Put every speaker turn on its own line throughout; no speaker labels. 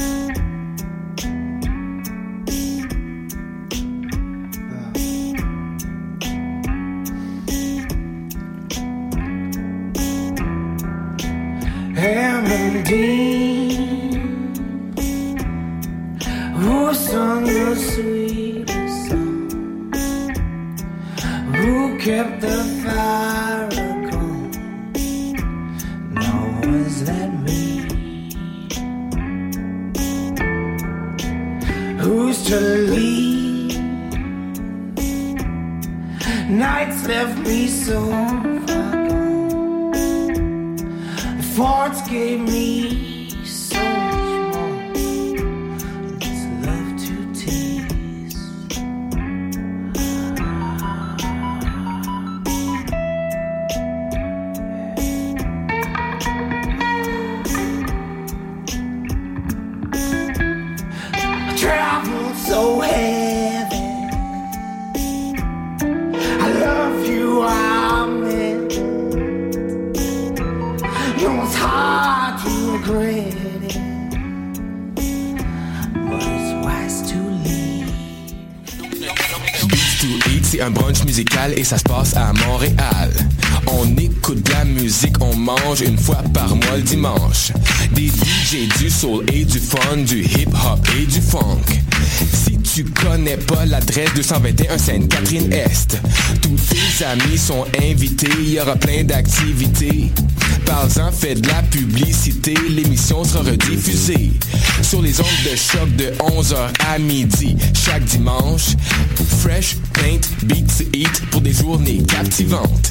Uh. dreams. Who sung the sweetest song? Who kept the fire cold? No, was that me? Who's to lead? Nights left me so far gone. Thoughts gave me so much more. It's love to tease. I traveled so heavy. I love you, I'm in. No, it's hard to regret it, but it's wise to leave.
Beats to Eat, c'est un brunch musical et ça se passe à Montréal. On écoute de la musique, on mange une fois par mois le dimanche. Des DJ du soul et du fun, du hip hop et du funk. Si tu connais pas l'adresse 221 Sainte-Catherine-Est, tous tes amis sont invités, il y aura plein d'activités. Parle-en, fais de la publicité, l'émission sera rediffusée sur les ondes de choc de 11h à midi chaque dimanche. Fresh, paint, beats, eat pour des journées captivantes.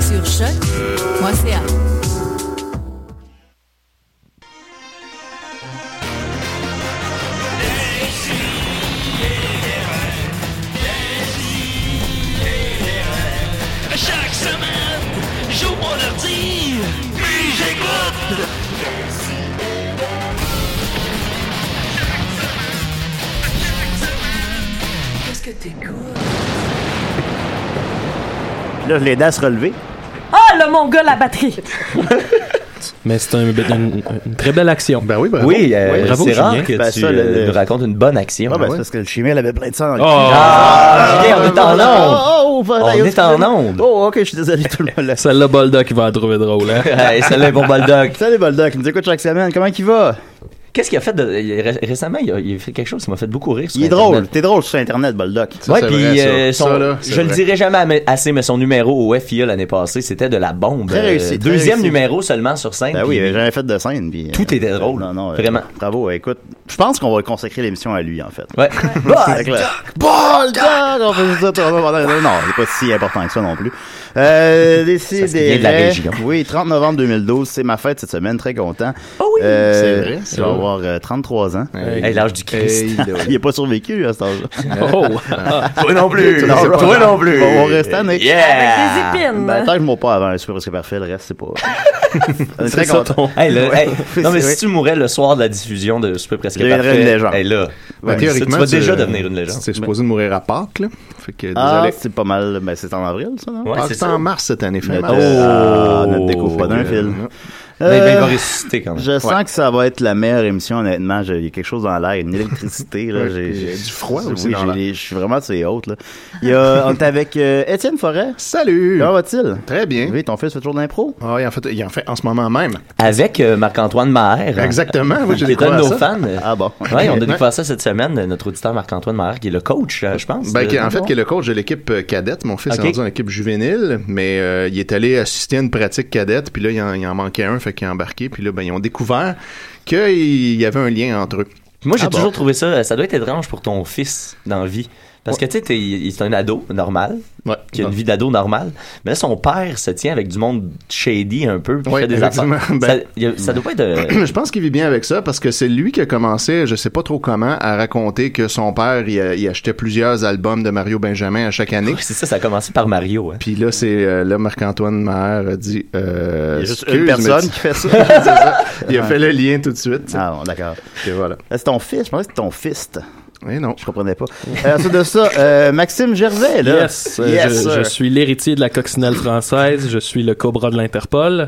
Sur choc.ca.
Chaque semaine, j'ouvre mon ordi, puis j'écoute. Qu'est-ce que
Puis là, je l'aidais à se relever.
Ah, le mon gars, la batterie!
Mais c'est un- ben, une, une très belle action. Ben oui,
Oui, euh, c'est rare que
Ben,
tu
ça, le-
euh,
le-
nous racontes une bonne action.
Ouais, ben, c'est parce que le chimie, elle avait plein de sang dans le
Oh!
cul.
Ah, Julien, on est en
Oh,
onde.
oh, oh, oh,
On
oh,
est en
excusez-moi.
onde.
Oh, ok, je suis désolé tout le monde.
Celle-là, Boldoc, il va la trouver drôle. Hein?
Hey, salut, bon Baldock.
Salut Boldoc, il nous écoute chaque semaine. Comment il va?
Qu'est-ce qu'il a fait de- ré- récemment? Il a, il a fait quelque chose qui m'a fait beaucoup rire. sur
Il est
Internet.
drôle. T'es drôle sur Internet, Boldoc.
Ouais, puis euh, son-
Ça, là, c'est
je le
vrai.
dirai jamais am- assez, mais son numéro au FIA l'année passée, c'était de la bombe.
Très
Euh,
réussi, très
deuxième
réussi.
numéro seulement sur scène.
Ben oui,
puis
il avait jamais fait de scène. Puis,
Tout était drôle.
Non, non, euh,
Vraiment.
Bravo, écoute. Je pense qu'on va consacrer l'émission à lui, en fait.
Ouais.
C'est clair. Boldoc! On fait juste ça tout le monde pendant- Non, c'est pas si important que ça non plus. Euh, décidé.
Ça, c'est bien de la Belgique, hein.
Oui, 30 novembre 2012, c'est ma fête cette semaine, très content.
Oh oui!
Euh,
C'est vrai,
Je
c'est
vais
vrai.
avoir euh, 33 ans.
Hey, l'âge du Christ.
Il n'a pas survécu à cet âge-là.
Oh!
Toi non plus.
Non,
Toi
pas
non plus.
On va rester année.
Yeah.
Des épines!
Ben, tant que je mourrai pas avant un super parce que parfait, le reste, c'est pas. On est très
Ça,
content.
ton- Hey, le- hey,
Oui,
non mais
c'est
si tu mourais le soir de la diffusion de Super Presque
Je deviendrais
Parfait,
une légende.
hey, là,
Ouais,
ça, tu vas déjà devenir une légende.
C'est supposé de mourir à Pâques, là. Fait que,
Ah,
désolé.
c'est pas mal. Ben, c'est en avril, ça, non?
Ouais,
Ah,
c'est
c'est
ça. Oh,
en mars cette année, fin
Notre-
mars.
Ah, ne découvre pas d'un
Euh,
film.
Ben, ben, il va
Euh,
ressusciter quand même.
Je sens que ça va être la meilleure émission, honnêtement. J'ai il y a quelque chose dans l'air, une électricité. Là,
Ouais,
j'ai,
puis, euh, du froid
Oui,
aussi
j'ai
dans l'air.
les- Je suis vraiment sur les hautes. Là. Il y a, on est avec euh, Étienne Forêt.
Salut!
Comment va-t-il?
Très bien.
Oui, ton fils fait toujours de l'impro.
Ah, il en fait, il en fait en ce moment même.
Avec euh, Marc-Antoine Maher.
Exactement. Oui, j'ai
Qui est
découvert
un de nos
ça.
fans.
Ah bon.
Oui, on a découvert ça cette semaine, euh, notre auditeur Marc-Antoine Maher, qui est le coach, euh, je pense.
Ben,
de-
qui- en fait, qui est le coach de l'équipe euh, cadette. Mon fils
Ok.
est rendu en équipe juvénile, mais euh, il est allé assister à une pratique cadette, puis là, il en, il en manquait un, fait qu'il a embarqué, puis là, ben, ils ont découvert qu'il y avait un lien entre eux.
Moi, j'ai
Ah bon.
toujours trouvé ça, euh, ça doit être étrange pour ton fils dans la vie. Parce que tu sais, t'es- il- c'est un ado normal, qui a une vie d'ado normale. Mais là, son père se tient avec du monde shady un peu, puis
Ouais,
fait des affaires.
effectivement.
ça,
Ben-
il y a- ça doit pas être. euh,
je pense qu'il vit bien avec ça parce que c'est lui qui a commencé, je sais pas trop comment, à raconter que son père, il, a- il achetait plusieurs albums de Mario Benjamin à chaque année.
c'est ça, ça a commencé par Mario. hein.
Puis là, c'est euh, là, Marc-Antoine Maher a dit.
Il
Euh,
y a juste
excuse,
une personne
mais-
qui fait ça.
C'est ça. Il a
Ouais.
fait le lien tout de suite.
Ah bon, d'accord. Euh,
Et voilà.
C'est ton fils, je pensais que c'était ton fist.
Oui, non.
Je comprenais pas. Euh, ensuite de ça, euh, Maxime Gervais, là.
Yes, euh, je, je
sir.
suis l'héritier de la coccinelle française, je suis le cobra de l'Interpol.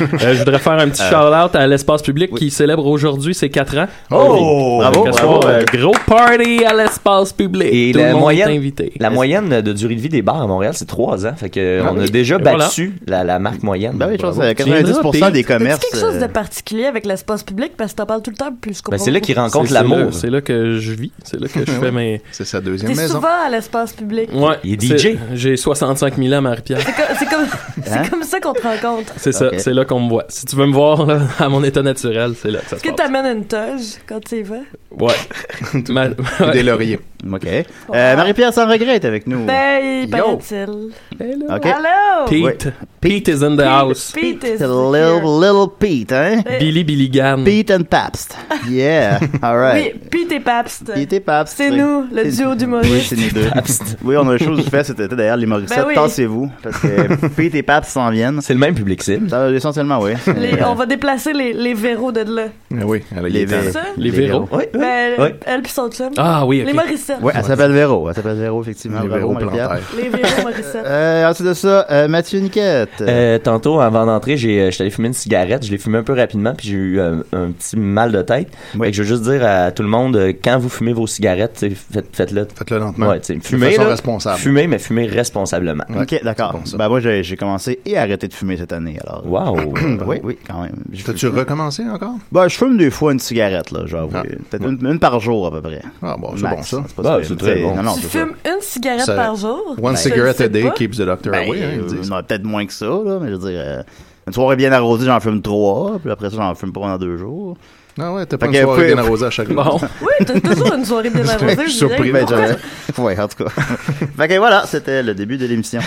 Euh, je voudrais faire un petit
Euh.
shout-out à l'espace public qui célèbre aujourd'hui ses 4 ans.
Oh!
Donc,
Bravo,
ce
bravo.
soir, euh, gros party à l'espace public.
Et
Tout le
la
monde
moyenne,
est invité.
la moyenne de durée de vie des bars à Montréal, c'est 3 ans. Fait que euh,
Ah
on a
oui.
déjà
Et voilà.
battu la, la marque moyenne.
Ben oui, je pense
Bravo.
que 90% des commerces.
quelque chose de
euh,
particulier avec l'espace public parce que t'en parles tout le temps puis je comprends
Ben, c'est là
pas.
qu'il rencontre
C'est- c'est
l'amour.
là- C'est là que je vis, c'est là que je fais mes.
C'est sa
T'es
deuxième
souvent à l'espace public.
Ouais,
Il est DJ.
c'est- J'ai 65 000 ans, Marie-Pierre.
C'est comme, c'est comme, c'est
Hein?
comme ça qu'on te rencontre.
C'est ça, c'est là qu'on me voit. Si tu veux me voir là, à mon état naturel, c'est là que ça
Est-ce
se
que
passe.
t'amènes une toge quand tu y vas?
Ouais. Ma-
Des lauriers.
OK. Euh, Marie-Pierre sans regret est avec nous.
Ben, paraît-il.
Mmh. OK.
Allô?
Pete.
Ouais.
Pete is in the house.
Pete is Ben,
Little, little Pete, hein?
Billy Billigan.
Pete and Pabst. Yeah. All right.
Oui, Pete et Pabst.
Pete et Pabst.
C'est
oui.
nous, le
C'est-
duo
Oui,
d'humoristes.
c'est nous deux. Oui, on a une chose qui fait cet été d'ailleurs, les Morissettes,
Ben oui.
tassez-vous, parce que Pete et Pabst s'en viennent.
C'est le même public cible.
Ça, essentiellement, oui. Euh,
Les- on va déplacer les, les verrous de là.
Oui,
les
C'est
Véros.
ça?
Les Véros.
Oui,
Ben,
Ouais.
Elle puis son chum.
Ah oui,
Les Morissette.
Ouais, elle s'appelle Véro. Elle s'appelle Véro, effectivement.
Les
Bravo,
Véros
Marie-Pierre.
plantaires.
Les Véros Morissette.
Euh, ensuite de ça, euh, Mathieu Niquette.
Euh, tantôt, avant d'entrer, j'ai, euh, j'étais allé fumer une cigarette. Je l'ai fumé un peu rapidement, puis j'ai eu euh, un petit mal de tête. Fait que je veux juste dire à tout le monde, euh, quand vous fumez vos cigarettes, t'sais, faites, faites-le.
Faites-le lentement.
Ouais, t'sais,
De
fumez,
façon
là,
responsable.
Fumez, mais fumez responsablement.
Ok, d'accord. Ben moi, j'ai j'ai commencé et arrêté de fumer cette année. Alors.
Wow.
oui, oui, quand même.
T'as-tu recommencé encore?
Ben, je fume des fois une cigarette, là, j'avoue. Peut-être une, une par jour, à peu près.
Ah, bon,
c'est bon, ça.
C'est pas super,
Ah, c'est
mais
très
c'est-
bon.
Non, non,
tu
c'est ça.
fumes une cigarette
Ça-
par jour?
one
Ben,
cigarette
je le
a
sais
day
pas.
keeps the doctor
Ben,
away, hein, ils
euh,
disent.
non, peut-être moins que ça, là, mais je veux dire, euh, une soirée bien arrosée, j'en fume trois, puis après ça, j'en fume pas pendant deux jours.
Ah ouais, t'as
Fait
pas une
que,
soirée
puis-
bien arrosée à chaque
Bon.
jour.
Oui, t'as toujours une soirée bien arrosée.
Je
je
suis surpris,
dirais.
ben, j'aurais- Ouais, en tout cas. fait que voilà, c'était le début de l'émission.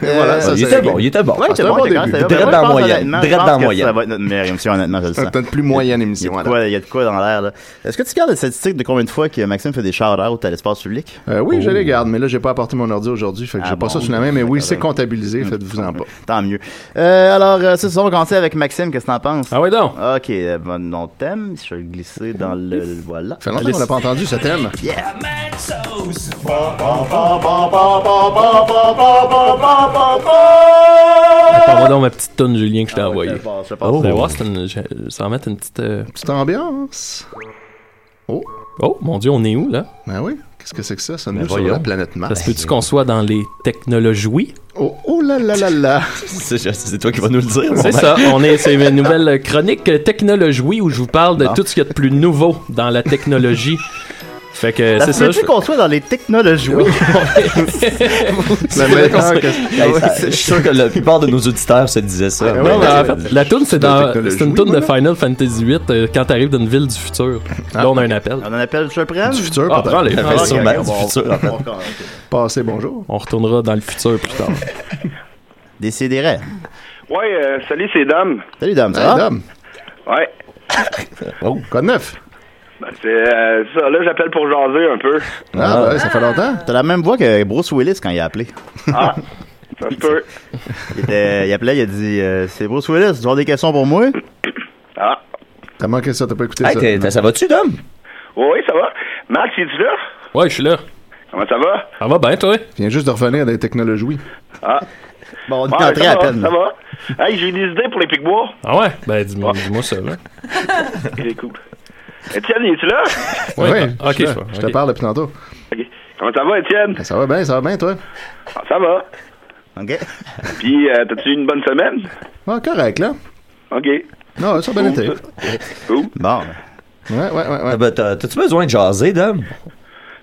voilà, ça, Il c'est était réglé. bon, il était bon.
Ouais, il
Ah,
était
c'était
bon,
un bon
il était
début.
correct, c'était
Drette
bon.
dans
Je pense,
moyenne.
honnêtement,
Drette
je pense
dans
que
moyenne.
Ça va être notre meilleure émission, honnêtement, je le
C'est
sens.
notre plus moyenne émission.
Il y a de
voilà.
quoi, il y a de quoi dans l'air, là. Est-ce que tu gardes la statistique de combien de fois que Maxime fait des shout-outs à l'espace public? Oh. Ah
Euh, oui, je les garde, mais là, j'ai pas apporté mon ordi aujourd'hui, fait que j'ai pas ça sur la main, mais oui, c'est comptabilisé, faites-vous-en pas.
Hmm. Tant mieux. Euh, alors, euh, c'est ça, on va commencer avec Maxime, qu'est-ce que t'en penses? Ah
oui, donc!
Ok, euh, bon, non, thème, je vais le glisser dans le... le- voilà.
Ça fait longtemps qu'on n'a pas entendu ce thème.
Yeah!
Euh.
Attends-moi donc ma petite toune, Julien, que je t'ai
Ah,
envoyée.
passe, je
Je
passe.
vais voir, c'est une- je- ça va mettre une petite... euh,
Petite ambiance. Oh.
Oh, mon Dieu, on est où, là?
Ben oui, qu'est-ce que c'est que ça? Ça nous
Ben
sur
voyons.
la planète Mars.
Ça se peut-tu qu'on soit dans les technologies?
Oh, oh là là là là!
c'est, c'est toi qui vas nous le dire. mon
C'est
mec.
ça, on est, c'est une nouvelle chronique euh, technologie où je vous parle de
Bon.
tout ce qu'il y a de plus nouveau dans la technologie. Fait que
Ça
Eh, c'est
se
ça.
peut-tu qu'on soit dans les technologies?
C'est vrai qu'on se-
Ah
Hey, ça- Je suis sûr que la plupart de nos auditeurs se disaient ça. euh,
Non, mais en fait, la toune, c'est dans.
technologie,
C'est une
oui,
toune de
voilà.
Final Fantasy VIII euh, quand t'arrives d'une ville du futur. Là, on a un appel.
On en appelle, je le prends? Du
futur,
Ah, prends-les, prends-les.
sûrement du futur, en fait.
Passez bonjour.
On retournera dans le futur plus tard.
Décidérez.
Ouais, euh, salut, c'est Dom.
Salut, Dom, ça
Salut,
va?
Dom. Ouais,
Oh, quoi de neuf?
ben, c'est euh, ça. Là, j'appelle pour jaser un peu.
Ah, ouais, ça fait longtemps. T'as la même voix que Bruce Willis quand il a appelé.
Ah, ça se peut.
Il, était, il appelait, il a dit euh, C'est Bruce Willis, tu as des questions pour moi
Ah.
T'as manqué ça, t'as pas écouté
Hey,
ça.
t'es- t'es- ça va-tu,
Dom?
Oui, ça va. Max, es-tu là?
Ouais, je suis là.
Comment ça va?
Ça va bien, toi?
Viens juste de revenir des technologies.
Ah.
Bon, on
est entré
ça
à
va,
peine.
Ça va. Hey, j'ai des idées pour les Picbois.
Ah ouais? Ben, dis-moi dis-moi ça, là.
Il est cool. Étienne, es-tu là?
Ouais,
Ouais,
ok,
je, suis là.
je vois,
Je
ok.
te parle depuis tantôt. Ben,
Comment ça va, Étienne?
Ça va bien, ça va bien, toi?
Ah, ça va.
OK.
Puis, euh, t'as-tu eu une bonne semaine?
Ah, correct, là.
OK.
Non, ça a bien été.
Bon.
Ouais, ouais, ouais.
Ah, ben, t'as- T'as-tu besoin de jaser, Dom?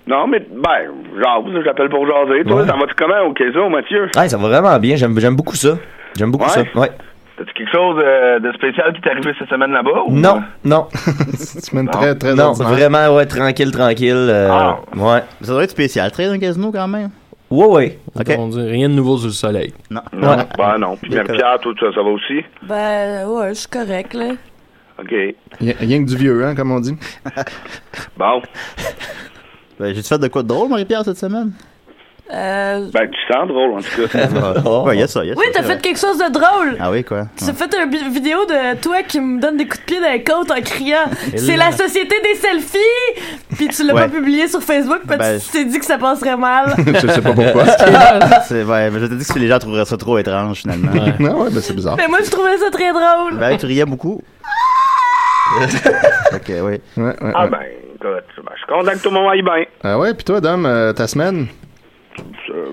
Non, mais, ben, jase, j'appelle pour jaser. Toi,
Ouais.
ça va-tu comment au queso, Mathieu?
Ah, ça va vraiment bien. J'aime j'aime beaucoup ça. J'aime beaucoup
Ouais?
ça. Ouais.
T'as-tu quelque chose euh, de spécial qui t'est arrivé cette semaine là-bas? ou-
Non, non.
semaine
très, très
Non,
ordinaire.
vraiment, ouais, tranquille, tranquille. euh,
Ah.
Ouais.
Ça doit être spécial, très un casino quand même.
Ouais, ouais.
On dit rien de nouveau sur le soleil.
Non.
Non. Ben non. Puis Marie-Pierre, toi, ça, ça va aussi?
Ben, ouais, je suis correct, là.
OK.
Y- Rien que du vieux, hein, comme on dit.
Bon.
Ben, j'ai-tu fait de quoi de drôle, Marie-Pierre, cette semaine?
Euh...
Ben, tu sens drôle, en tout cas.
ouais, yes, ça, yes,
Oui,
ça,
t'as
c'est
fait
vrai.
quelque chose de drôle!
Ah oui, quoi?
Tu as fait une bi- vidéo de toi qui me donne des coups de pied dans les côtes en criant «
Et
C'est
là.
la société des selfies! » Puis tu l'as
Ouais.
pas publié sur Facebook parce
Ben,
que tu t'es dit que ça passerait mal.
c'est, ouais, mais je t'ai dit que les gens trouveraient ça trop étrange, finalement.
Ouais. non, ouais, ben c'est bizarre.
Mais moi, je trouvais ça très drôle.
Ben, tu riais beaucoup. ok, oui.
Ah ben, écoute, ben, je suis content que tout le monde aille bien.
Ah ouais, puis toi, Dom, euh, ta semaine,
Euh,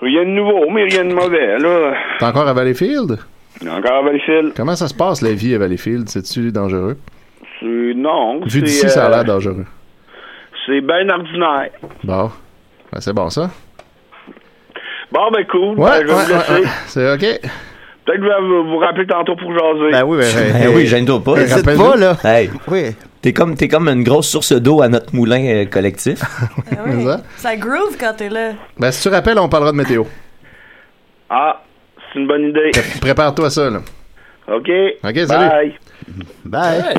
Rien de nouveau, mais rien de mauvais, là.
t'es encore à Valleyfield?
Encore à Valleyfield.
Comment ça se passe, la vie à Valleyfield? C'est-tu dangereux?
C'est- Euh, Non,
Vu d'ici,
c'est...
ça a
euh,
l'air dangereux.
C'est bien ordinaire.
Bon. Ben, c'est bon, ça.
Bon, ben cool. Ben,
Ouais,
je vais
ouais,
vous laisser.
ouais, ouais. C'est OK.
Peut-être que je vais vous- vous rappeler tantôt pour jaser.
Ben oui,
Ben oui, gêne-toi pas.
Hésite Rappelle-nous. pas, là.
Hey.
Oui.
T'es comme, t'es comme une grosse source d'eau à notre moulin euh, collectif.
Ah Ça groove quand t'es là.
Ben, si tu rappelles, on parlera de météo.
Ah, c'est une bonne idée.
Prépare-toi à ça, là.
OK.
OK, salut.
Bye.
Bye.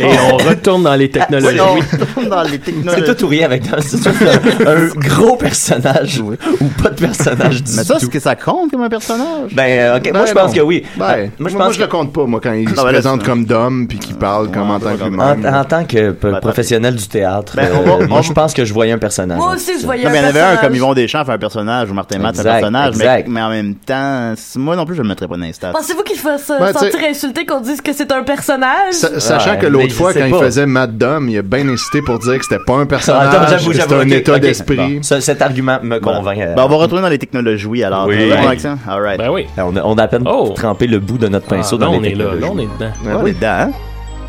Et on retourne dans les technologies.
Ah,
Ah, Oui, on retourne dans les technologies.
C'est tout ou rien avec dans- c'est tout un, un gros personnage ou pas de personnage du
Mais ça,
tout.
est-ce que ça compte comme un personnage?
Ben, euh, ok, moi je pense que oui.
Ben,
Euh,
moi, je,
pense
le compte pas, moi, quand il
Non,
se
ben là,
présente
c'est-
comme Dom puis qu'il parle comme en tant que lui-même.
En, en tant que p- professionnel du théâtre,
Ben,
euh,
on va-
moi je pense que je voyais un personnage.
Moi aussi, je voyais
Non, mais il y en avait un
personnage.
comme Yvon Deschamps fait un personnage ou Martin Matt fait un
Exact,
personnage, mais,
exact.
mais en même temps, si- moi non plus je le mettrais pas dans les stats.
Pensez-vous qu'il fasse euh,
Ben, tu sais-
sentir insulté qu'on dise que c'est un personnage?
Sa- Sachant que l'autre fois, quand il faisait Mad Dom, il a bien insisté pour dire que c'était pas un
Ah, attends,
personnage,
j'avoue,
que c'était
j'avoue,
un
ok,
état
ok.
d'esprit.
Bon, ça, cet argument me convainc. euh,
Ben, on va retourner dans les technologies, oui, alors.
Oui.
Très
Ben.
bon accent. All right.
Ben oui. Oh.
on, a, on a à peine trempé le bout de notre pinceau
Ah, là,
dans les
on est là,
technologies.
là, on est dedans.
Ouais, on est dedans, hein?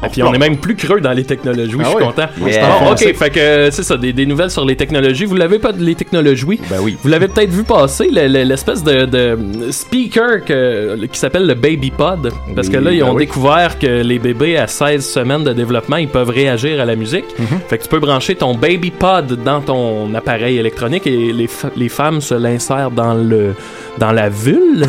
Et puis on est même plus creux dans les technologies,
Ah
Euh, je suis
oui.
content.
Oui,
Bon,
c'est en français.
ok, fait que euh, c'est ça, des, des nouvelles sur les technologies. Vous l'avez pas de les technologies
Ben oui.
Vous l'avez peut-être vu passer le- le- l'espèce de, de speaker que- qui s'appelle le Baby Pod, parce
Oui,
que là ils
ben
ont
oui.
découvert que les bébés à 16 semaines de développement ils peuvent réagir à la musique.
Mhm.
Fait que tu peux brancher ton Baby Pod dans ton appareil électronique et les, f- les femmes se l'insèrent dans le dans la vulve.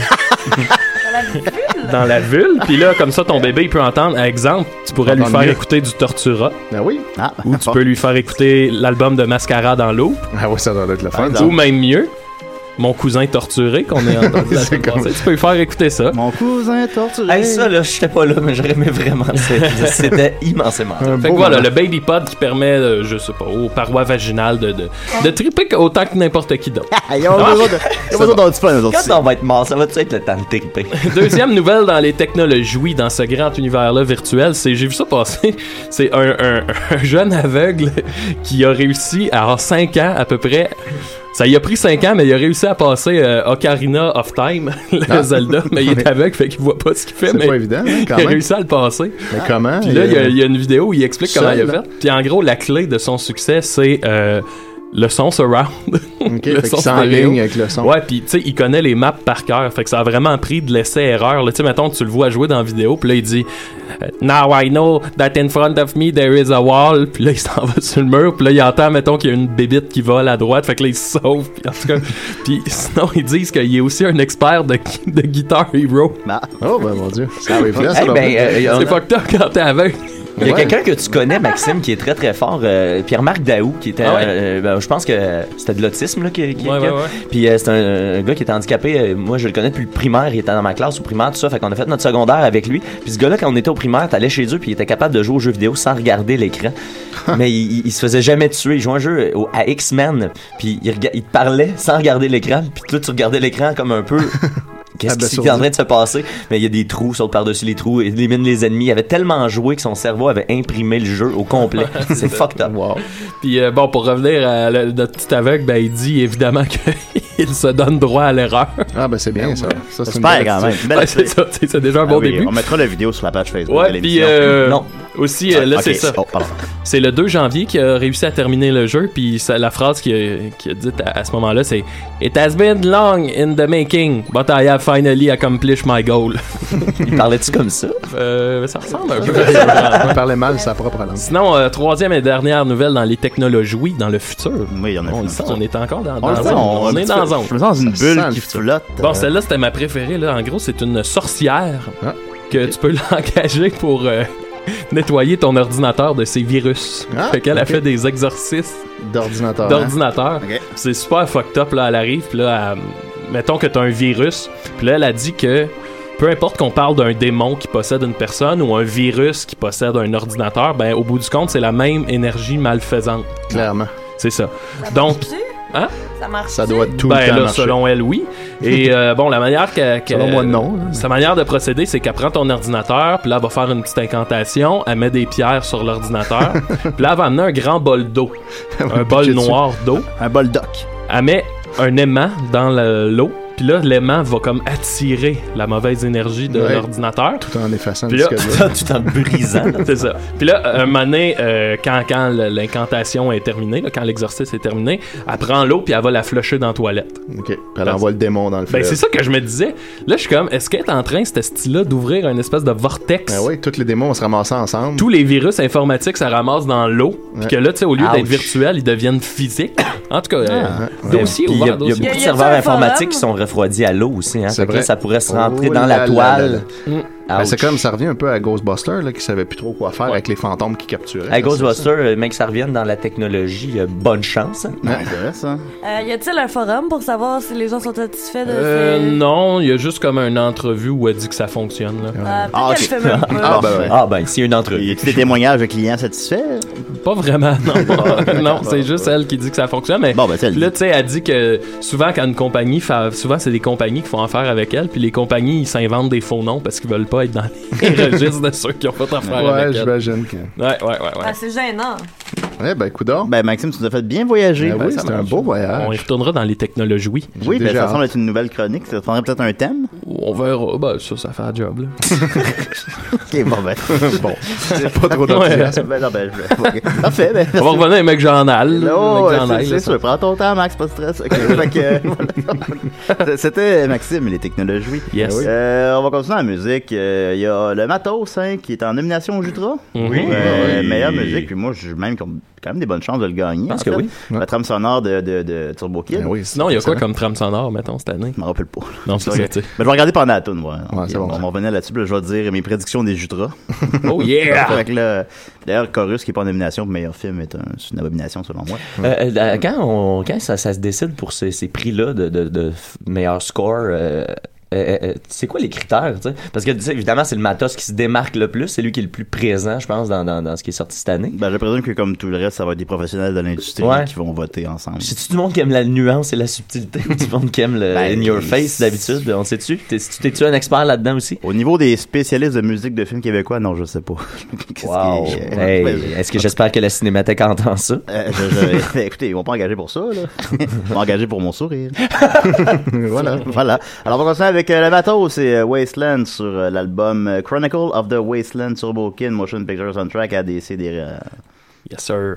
dans la vulve. Puis là, comme ça, ton bébé, il peut entendre. Exemple, tu pourrais lui
Entendre
faire
mieux.
écouter du Tortura.
Ben oui.
Ah.
Ou tu peux lui faire écouter l'album de Mascara dans l'eau.
Ah oui, ça doit être le fun.
Ou même mieux, Mon cousin torturé qu'on est entendu la semaine passée. Tu peux lui faire écouter ça.
Mon cousin torturé.
Hey, ça, là, j'étais pas là, mais j'aurais aimé vraiment. c'est- C'était immensément.
Fait que voilà, le baby pod qui permet, euh, je sais pas, aux parois vaginales de, de, de triper autant que n'importe qui d'autre.
Ils ont
Ah!
besoin de- ils ont besoin d'un petit plan, eux autres.
Quand on va être mort, ça va être le temps de triper.
Deuxième nouvelle dans les technologies, oui, dans ce grand univers-là virtuel, c'est j'ai vu ça passer. C'est un, un- un jeune aveugle qui a réussi à en 5 ans à peu près. Ça y a pris 5 ans, mais il a réussi à passer euh, Ocarina of Time, le
Ah.
Zelda, mais il est aveugle, fait qu'il voit pas ce qu'il fait.
C'est
mais
pas évident, hein, quand
Il a
même.
réussi à le passer.
Mais comment?
Puis là, il y, a-
Euh,
il y a une vidéo où il explique comment il a
seul, hein?
fait. Puis en gros, la clé de son succès, c'est euh, le son surround.
fait qu'il
stéréo.
s'enligne avec le son.
Ouais, puis tu sais, il connaît les maps par cœur. Fait que ça a vraiment pris de l'essai-erreur. là. Tu sais, mettons, tu le vois jouer dans la vidéo, puis là, il dit euh, Now I know that in front of me there is a wall. Puis là, il s'en va sur le mur. Puis là, il entend, mettons, qu'il y a une bébite qui vole à droite. Fait que là, il se sauve. Puis en tout cas, puis sinon, ils disent qu'il est aussi un expert de, de Guitar Hero.
Oh, ben mon Dieu.
Ah
C'est horrible, ça,
Hey,
leur
Bah. ben,
plaît.
euh, on-
C'est fucked up quand t'es aveugle.
Il y a
Ouais.
quelqu'un que tu connais, Maxime, qui est très très fort, euh, Pierre-Marc Daou, qui était,
Ah ouais.
euh, ben, je pense que c'était de l'autisme là, qui, qui-
Ouais, ouais, ouais.
Puis euh, c'est un, un gars qui était handicapé. euh, moi, je le connais depuis le primaire. Il était dans ma classe au primaire, tout ça. Fait qu'on a fait notre secondaire avec lui. Puis ce gars-là, quand on était au primaire, t'allais chez eux, puis il était capable de jouer aux jeux vidéo sans regarder l'écran. Mais il, il- il se faisait jamais tuer. Il jouait un jeu euh, au- à X-Men, puis il, rega- il te parlait sans regarder l'écran. Puis toi, tu regardais l'écran comme un peu. Qu'est-ce qui- qui est en train de se passer? Mais il y a des trous sur par-dessus les trous, il élimine les ennemis. Il avait tellement joué que son cerveau avait imprimé le jeu au complet. C'est fucked up.
Puis euh, bon, pour revenir à le- notre petit aveugle, ben, il dit évidemment que il se donne droit à l'erreur.
Ah, ben c'est bien ça.
Ça,
c'est Super, quand même. Belle
Ouais, c'est
astuce.
ça, tu sais, c'est déjà un
Ah
bon
oui,
début.
On mettra la vidéo sur la page Facebook de
Ouais, puis
l'émission.
euh,
Non.
aussi, euh, là,
Ok,
c'est ça.
oh, pardon.
C'est le 2 janvier qu'il a réussi à terminer le jeu, puis ça- la phrase qu'il a, qu'il a dite à, à ce moment-là, c'est It has been long in the making, but I have finally accomplished my goal.
Il parlait-tu comme ça?
Euh, ça ressemble un peu.
Il parlait mal sa propre langue.
Sinon, euh, troisième et dernière nouvelle dans les technologies, dans le futur.
Oui, on,
le sent, on est encore dans,
On
dans
le sent,
zone.
on-
On est dans la zone.
Je me sens dans une bulle qui flotte.
Bon,
Euh,
celle-là, c'était ma préférée. Là. En gros, c'est une sorcière
Ah.
que tu peux l'engager pour euh, nettoyer ton ordinateur de ses virus.
Ah,
fait qu'elle
ok.
a fait des exorcismes
D'ordinateur. hein?
d'ordinateur. C'est super fucked up. Là. Elle arrive, puis là, elle- mettons que t'as un virus, puis là, elle a dit que peu importe qu'on parle d'un démon qui possède une personne ou un virus qui possède un ordinateur, ben au bout du compte, c'est la même énergie malfaisante.
Clairement.
C'est ça. Donc, hein?
Ça marche.
Ça doit tout
ben,
le temps
là,
marcher.
selon elle, oui. Et euh, bon, la manière qu'elle. qu'elle-
Selon moi, non, hein.
Sa manière de procéder, c'est qu'elle prend ton ordinateur, puis là, elle va faire une petite incantation, elle met des pierres sur l'ordinateur, puis là, elle va amener un grand bol d'eau. un bol
pitcher dessus.
noir d'eau.
Un bol d'oc.
Elle met un aimant dans le- l'eau, puis là, l'aimant va comme attirer la mauvaise énergie de
Ouais.
l'ordinateur.
Tout en effaçant
Puis là,
le disque dur.
tout en brisant.
c'est ça. Puis là, un moment donné, euh, quand, quand le- l'incantation est terminée, là, quand l'exorcisme est terminé, elle prend l'eau puis elle va la flusher dans la toilette.
OK. Puis elle envoie le démon dans le
Ben,
fleuve.
c'est ça que je me disais. Là, je suis comme, est-ce qu'elle est en train, cette style-là, d'ouvrir un espèce de vortex?
Ben oui, tous les démons, on se ramassait ensemble.
Tous les virus informatiques, ça ramasse dans l'eau. Puis
Ouais.
que là, tu sais, au lieu
Ouch.
d'être virtuel, ils deviennent physiques. En tout cas, euh,
Ah, Ouais.
dossier
Puis Il y,
ouvert.
a- il y a
dossier
beaucoup de
ouvert.
serveurs informatiques qui sont refroidis à l'eau aussi. Hein?
C'est
Fait que
vrai.
là, ça pourrait se rentrer
Oh
dans
là
la
là là
toile. Mm.
là. Ben, c'est comme ça revient un peu à Ghostbusters là, qui savait plus trop quoi faire avec les fantômes qui capturaient.
À Ghostbusters, euh, mec, ça revienne dans la technologie. euh, bonne chance.
Ouais,
Euh, y a-t-il un forum pour savoir si les gens sont satisfaits de
Euh,
ces-
non, il y a juste comme une entrevue où elle dit que ça fonctionne.
Ah,
Là.
peut-être Ah, qu'elle ok. le fait même pas.
Ah, ben ouais.
Ah, ben, s'il y a une entrevue.
Y a des témoignages de clients satisfaits?
Pas vraiment, non. non, c'est juste elle qui dit que ça fonctionne. Mais
ben,
là, tu sais, elle dit que souvent, quand une compagnie, fa- souvent, c'est des compagnies qui font affaire avec elle, puis les compagnies, ils s'inventent des faux noms parce qu'ils veulent pas être dans les registres de ceux qui ont fait affaire
Ouais,
avec elle.
j'imagine que.
Ouais, ouais, ouais. ouais.
Ah, c'est gênant.
Ouais, ben, coudons.
Ben, Maxime, tu nous as fait bien voyager.
Ben oui, c'était un beau voyage.
On y retournera dans les technologies. Oui,
Oui, ben, ça semble être une nouvelle chronique. Ça prendrait peut-être un thème.
On verra. Ben, ça, ça fait un job, là.
Ok, bon, ben.
bon. Pas trop d'enthousiasme.
Ben, non, ben, je- ok. Parfait, ben.
On va revenir avec Mec Journal. là,
Non,
Mec Journal,
c'est-
là,
c'est
ça.
sûr. Prends ton temps, Max, pas de stress. Ok, fait que, euh, voilà. C'était Maxime et les technologies.
Yes.
Ben
Ben
Euh, on va continuer la musique. Euh, Il y a le Matos hein, qui est en nomination au Jutra.
Oui.
Euh,
Mhm. Oui.
Meilleure musique. Puis moi, j'ai même qu'on- quand même des bonnes chances de le gagner.
Pense
en
que
fait.
oui.
La trame sonore de, de, de Turbo Kid.
Sinon, il y a quoi comme trame sonore, mettons, cette année? Je
me rappelle pas.
Non, c'est ça, tu
Ben,
sais.
je vais regarder pendant la toune, moi.
Ouais, c'est
on,
bon.
on va revenir là-dessus, puis là, je vais dire mes prédictions des Jutras.
Oh, yeah!
Fait que là, D'ailleurs, Chorus, qui n'est pas en nomination pour meilleur film, est un- c'est une abomination selon moi.
Euh, euh, quand on- quand ça, ça se décide pour ces, ces prix-là de, de- de f- meilleur score, euh, euh, euh, c'est quoi les critères? tu sais? Parce que tu sais, évidemment, c'est le matos qui se démarque le plus, c'est lui qui est le plus présent, je pense, dans, dans- dans ce qui est sorti cette année.
Ben, je présume que comme tout le reste, ça va être des professionnels de l'industrie
Ouais.
qui vont voter ensemble.
C'est-tu du monde qui aime la nuance et la subtilité ou du monde qui aime le in your face d'habitude? On sait-tu? T'es- T'es-tu un expert là-dedans aussi?
Au niveau des spécialistes de musique de films québécois, non, je sais pas. Qu'est-ce
Wow.
qui-
Hey, Est-ce que j'espère que la cinémathèque entend ça?
Euh, je- je- écoutez, ils vont pas engager pour ça, là. Ils vont engager pour mon sourire. voilà. voilà. Alors, on va continuer avec euh, le bateau. C'est euh, Wasteland sur euh, l'album euh, Chronicle of the Wasteland Turbo Kid Motion Picture Soundtrack ADC des. euh,
Yes, sir.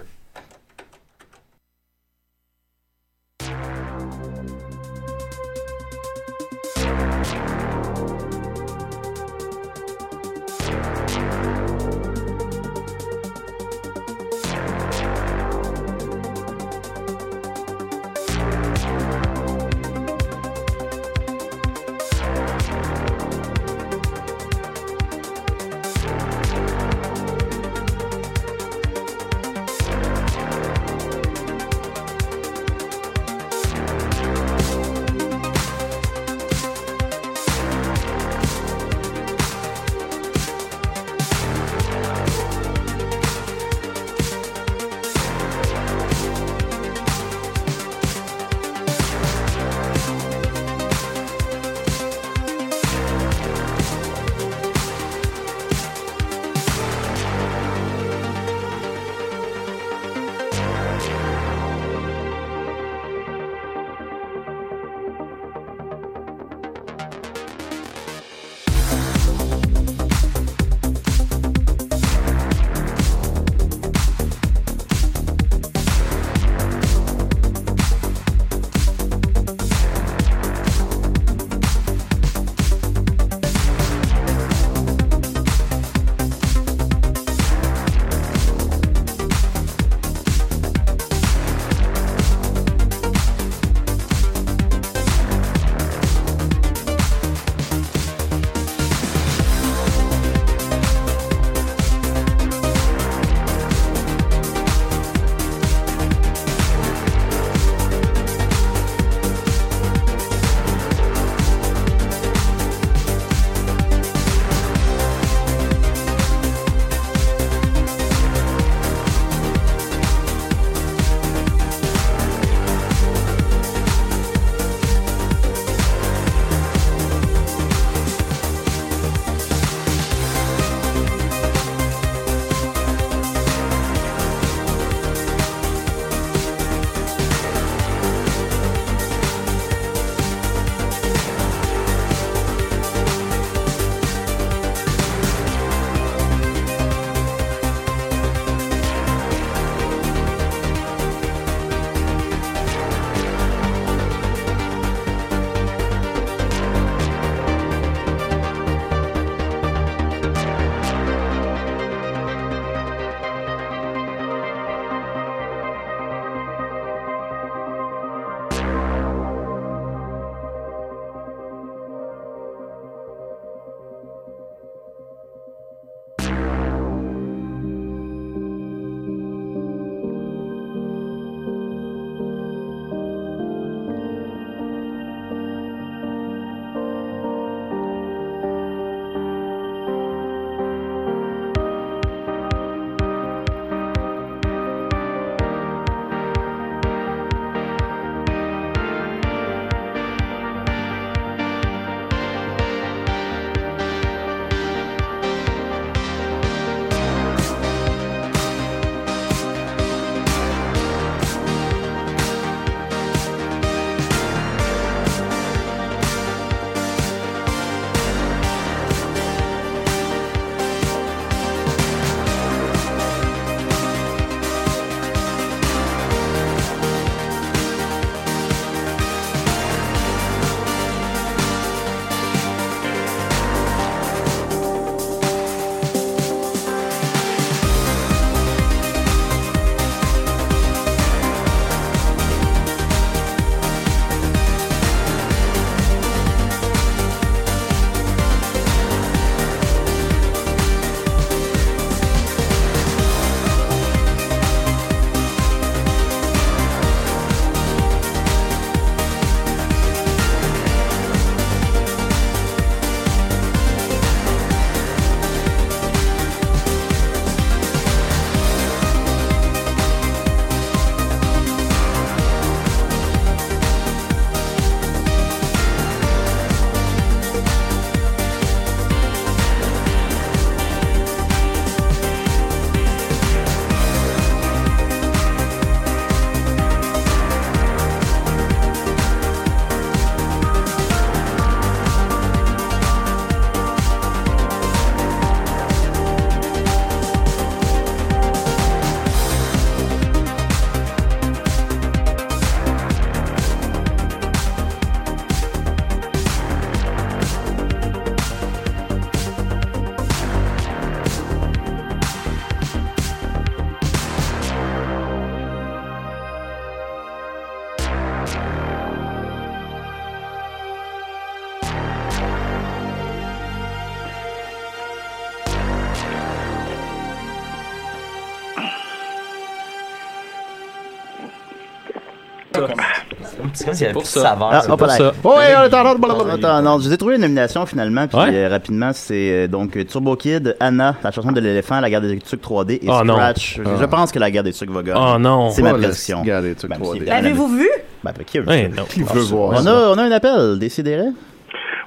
C'est comme s'il y avait
pour
plus de
ça.
saveur.
Ah, hop là.
Ouais, on est en ordre,
On est en ordre. Je vous ai trouvé une nomination finalement, puis
Ouais.
euh, rapidement, c'est euh, donc euh, Turbo Kid, Anna, la chanson de l'éléphant, la guerre des trucs 3D et
Oh non.
Scratch. Je- Je
Ah.
pense que la guerre des trucs va gagner.
Oh non.
C'est ma
Oh, la
prédiction.
guerre des trucs
3D.
L'avez-vous vu?
Ben, ben, qui veut,
Hey, non. Ah,
Qui
Ah,
veut voir
on,
ça?
a, on a un appel, décidérez.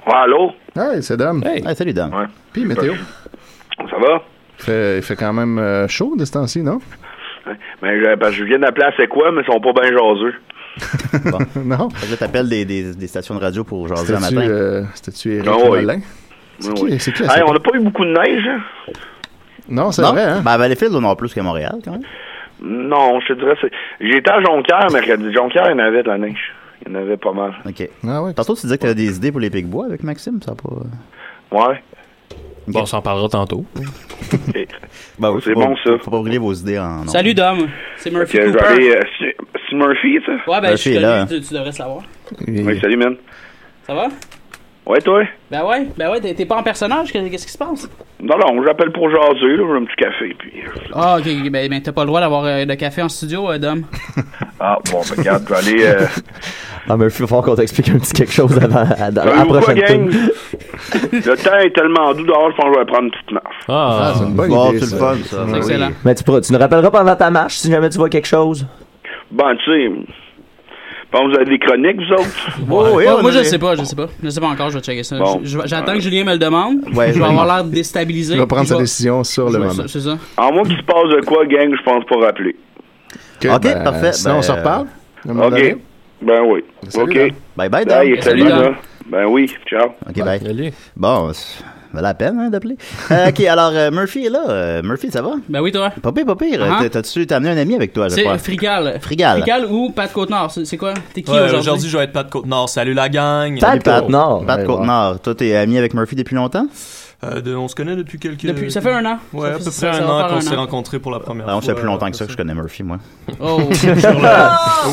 Ouais, allô?
Hey, c'est Dame.
Hey, salut Dame.
euh,
Puis météo.
Ça va?
Il fait, il fait quand même euh, chaud de ce temps-ci, non?
Ben, je, parce que je viens d'appeler à c'est quoi, mais ils sont pas bien jaseux.
Ah.
non.
Fait que là, t'appelles des, des, des stations de radio pour aujourd'hui un
C'était-tu
matin.
euh, c'était-tu Eric
Ah oui.
Mollin? C'est
Oui,
qui,
oui.
c'est qui,
Hey,
la
on n'a pas eu beaucoup de neige. hein?
Non, c'est
Non?
vrai, hein?
Ben, à Valleyfield, on en a plus qu'à Montréal, quand même.
Non, je te dirais. c'est- J'étais à Jonquière mercredi. Jonquière, il y en avait de la neige. Il y en avait pas mal.
OK.
Ah ouais.
Tantôt, tu disais que t'avais des idées pour les Pic-Bois avec Maxime, ça a pas.
Ouais.
Bon, on s'en parlera tantôt.
Ben oui,
C'est
faut pas-
bon, ça.
Faut pas brûler vos idées en.
Salut Dom, c'est Murphy
Que je vais
Cooper.
aller, euh, c'est- c'est Murphy, ça?
Ouais, ben je
Murphy
suis
est
connu,
là, hein.
tu, tu devrais savoir.
Oui, salut, man.
Ça va?
Ouais, toi?
Ben ouais, ben ouais, t'es- t'es pas en personnage, qu'est- qu'est-ce qui se passe?
Non, non, j'appelle pour jaser, là, j'ai un petit café, puis...
Ah, ok, ok, ben, ben, t'as pas le droit d'avoir euh, de café en studio, euh, Dom.
Ah, bon, ben, regarde, je vais aller... Euh...
Ah, mais il faut falloir qu'on t'explique un petit quelque chose avant à- à- à la
savez-vous quoi,
prochaine
Ben, gang?
tune.
Le temps est tellement doux dehors, je pense que je vais prendre une petite marche.
Ah,
c'est une bonne
bon,
idée,
tu le
ça.
fun,
ça.
Ah
C'est
oui.
excellent.
Mais tu, pourras- tu nous rappelleras pendant ta marche si jamais tu vois quelque chose.
Bon, tu sais... Bon, vous avez des chroniques, vous autres?
Ouais, moi, je sais pas, je sais pas. Je sais pas encore, je vais checker ça.
Bon.
Je- je- J'attends que Julien me le demande.
Ouais,
je vais
je-
avoir l'air déstabilisé.
Il va prendre
Je
sa
vais-
décision sur
je
le
vais-
moment.
C'est ça.
En Ah, moi, qu'il se passe de quoi, gang, je pense pas rappeler.
Ok,
Ok, parfait,
Sinon,
ben,
on se reparle. à un moment
OK.
donné.
Ben oui.
Salut, Dan.
OK.
Bye bye, Dan.
Bye, salut,
Salut, Dan.
là. Ben oui, ciao.
OK, bye. Bon, ça vaut la peine hein, d'appeler. Euh, OK, alors euh, Murphy est là. Euh, Murphy, ça va?
Ben oui, toi.
Pas pire, pas pire.
Ah.
T'as- T'as-tu t'as amené un ami avec toi, je
C'est
crois?
euh, Frigal.
Frigal.
Frigal ou Pat Côte-Nord, c'est c'est quoi? T'es qui
Ouais,
aujourd'hui?
aujourd'hui, je vais être Pat Côte-Nord. Salut la gang.
Salut, Pat Nord. Pat Côte-Nord. Toi, t'es ami avec Murphy depuis longtemps?
Euh, de- on se connaît depuis quelques...
Depuis- ça fait un an.
Ouais,
Ça
à peu
fait- ça-
près
ça
un
va
an
faire
qu'on
un
s'est
an.
rencontrés pour la première
Ben, on
fois.
sait plus longtemps que ça que je connais Murphy, moi.
Oh.
Ah!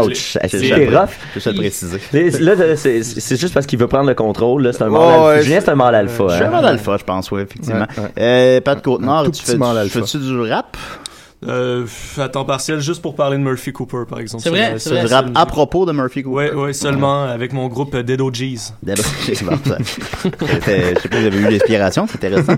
Oh.
Ouch,
C'est
c'est
juste à le-
rough.
c'est juste à le préciser.
C'est- Là, là, c'est c'est juste parce qu'il veut prendre le contrôle. là, C'est un mâle
Ouais,
alpha.
ouais,
Julien, c'est un mâle alpha.
Je suis
hein.
un mal alpha, je pense, oui, effectivement.
Ouais, ouais.
Euh, Pat Côte-Nord, tu
petit
fais,
mal
tu,
alpha.
fais-tu du rap?
Euh, f- à temps partiel, juste pour parler de Murphy Cooper, par exemple.
C'est vrai, c'est vrai.
la
Du rap
seule-
à propos de Murphy Cooper.
Ouais, ouais, seulement avec mon groupe euh, Dead OGs.
D'abord, c'est bon, ça. C'était- Je sais pas, j'avais eu l'inspiration, c'est intéressant.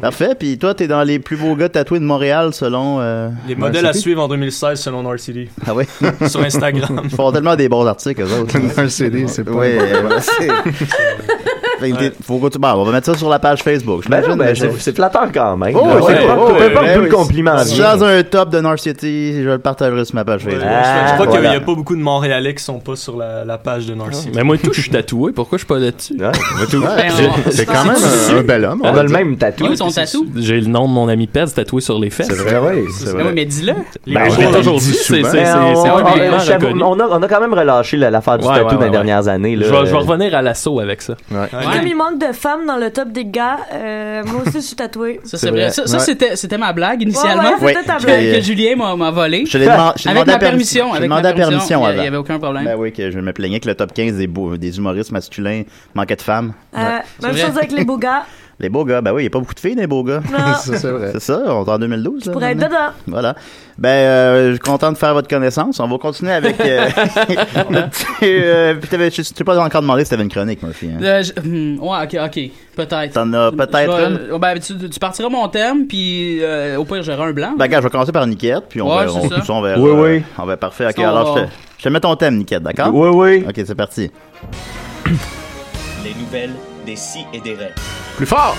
Parfait. Puis toi, t'es dans les plus beaux gars tatoués de Montréal selon. euh,
Les modèles à
RCD?
suivre en 2016 selon RCD.
Ah ouais?
Sur Instagram.
Ils font tellement des bons articles, eux autres.
Un CD, c'est pas.
Ouais, euh, c'est- Fait que t'es- faut que tu- bon, on va mettre ça sur la page Facebook.
Ben non,
j'imagine,
ben,
mais
c'est
c'est-
c'est flatteur quand même.
Oh,
là.
c'est
Peu
pas-
importe- peu
ouais,
importe
ouais,
d'où
ouais.
le compliment
Si
vient.
je lance un top de North City, je le partagerai sur ma page Facebook.
Je- je crois qu'il n'y
Ah, Voilà.
a pas beaucoup de Montréalais qui sont pas sur la, la page de North City.
Ah, Mais moi, et tout, je suis tatoué. Pourquoi je suis pas là-dessus?
Ouais,
Je-
c'est quand même un- un bel homme, on On a va le dire. même tatou.
Oui, ton tatou.
J'ai le nom de mon ami Pez tatoué sur les fesses.
C'est vrai, oui.
Ben oui, mais dis-le.
Ben, je l'ai toujours dit, c'est- c'est- c'est-
Mais on-
c'est
on-
publiquement
on- je t'avoue,
reconnu.
on a- on a quand même relâché la- l'affaire du
Ouais,
tatou
ouais,
dans les
ouais,
dernières années. là.
Je vais, je vais revenir à l'assaut avec ça.
Comme il manque de femmes dans le top des gars, euh, moi aussi je suis tatouée.
Ça, c'est vrai. Ça, ça, c'était, c'était ma blague
Ouais,
initialement.
ouais, c'était ta
que-
blague.
Que, Julien m'a, m'a volé.
Je l'ai demandé- je l'ai
avec
demandé
ma
à permis-
permission.
je l'ai
avec ma
demandé à permission
Il y a-
avant.
il y avait aucun problème.
Ben oui, que je me plaignais que le top 15 des, beaux- des humoristes masculins manquait de femmes.
Euh, même
vrai.
chose avec les beaux gars.
Les beaux gars, ben oui, il n'y a pas beaucoup de filles, des beaux gars.
Non.
Ça, c'est vrai.
C'est ça, on est en 2012. là,
pourrais être
maintenant.
dedans.
Voilà. Ben, euh, je suis content de faire votre connaissance. On va continuer avec. Euh, le petit, euh, puis t'avais- je t'ai pas encore demandé si t'avais une chronique, Murphy. Hein.
Euh, je- hmm, ouais, ok, ok. Peut-être.
T'en as peut-être
Je vais-
une?
oh, ben, tu, tu partiras mon thème, puis euh, au pire, j'aurai un blanc.
Ben, gars, je vais commencer par Niquette, puis on
Ouais,
va.
c'est
On,
ça.
on va
Oui,
euh,
oui.
On va parfait. Ok,
Ça, on
alors
va-
je te, je te mets ton thème, Niquette, d'accord?
Oui, oui.
Ok, c'est parti.
Les nouvelles des si et des rêves.
Plus fort!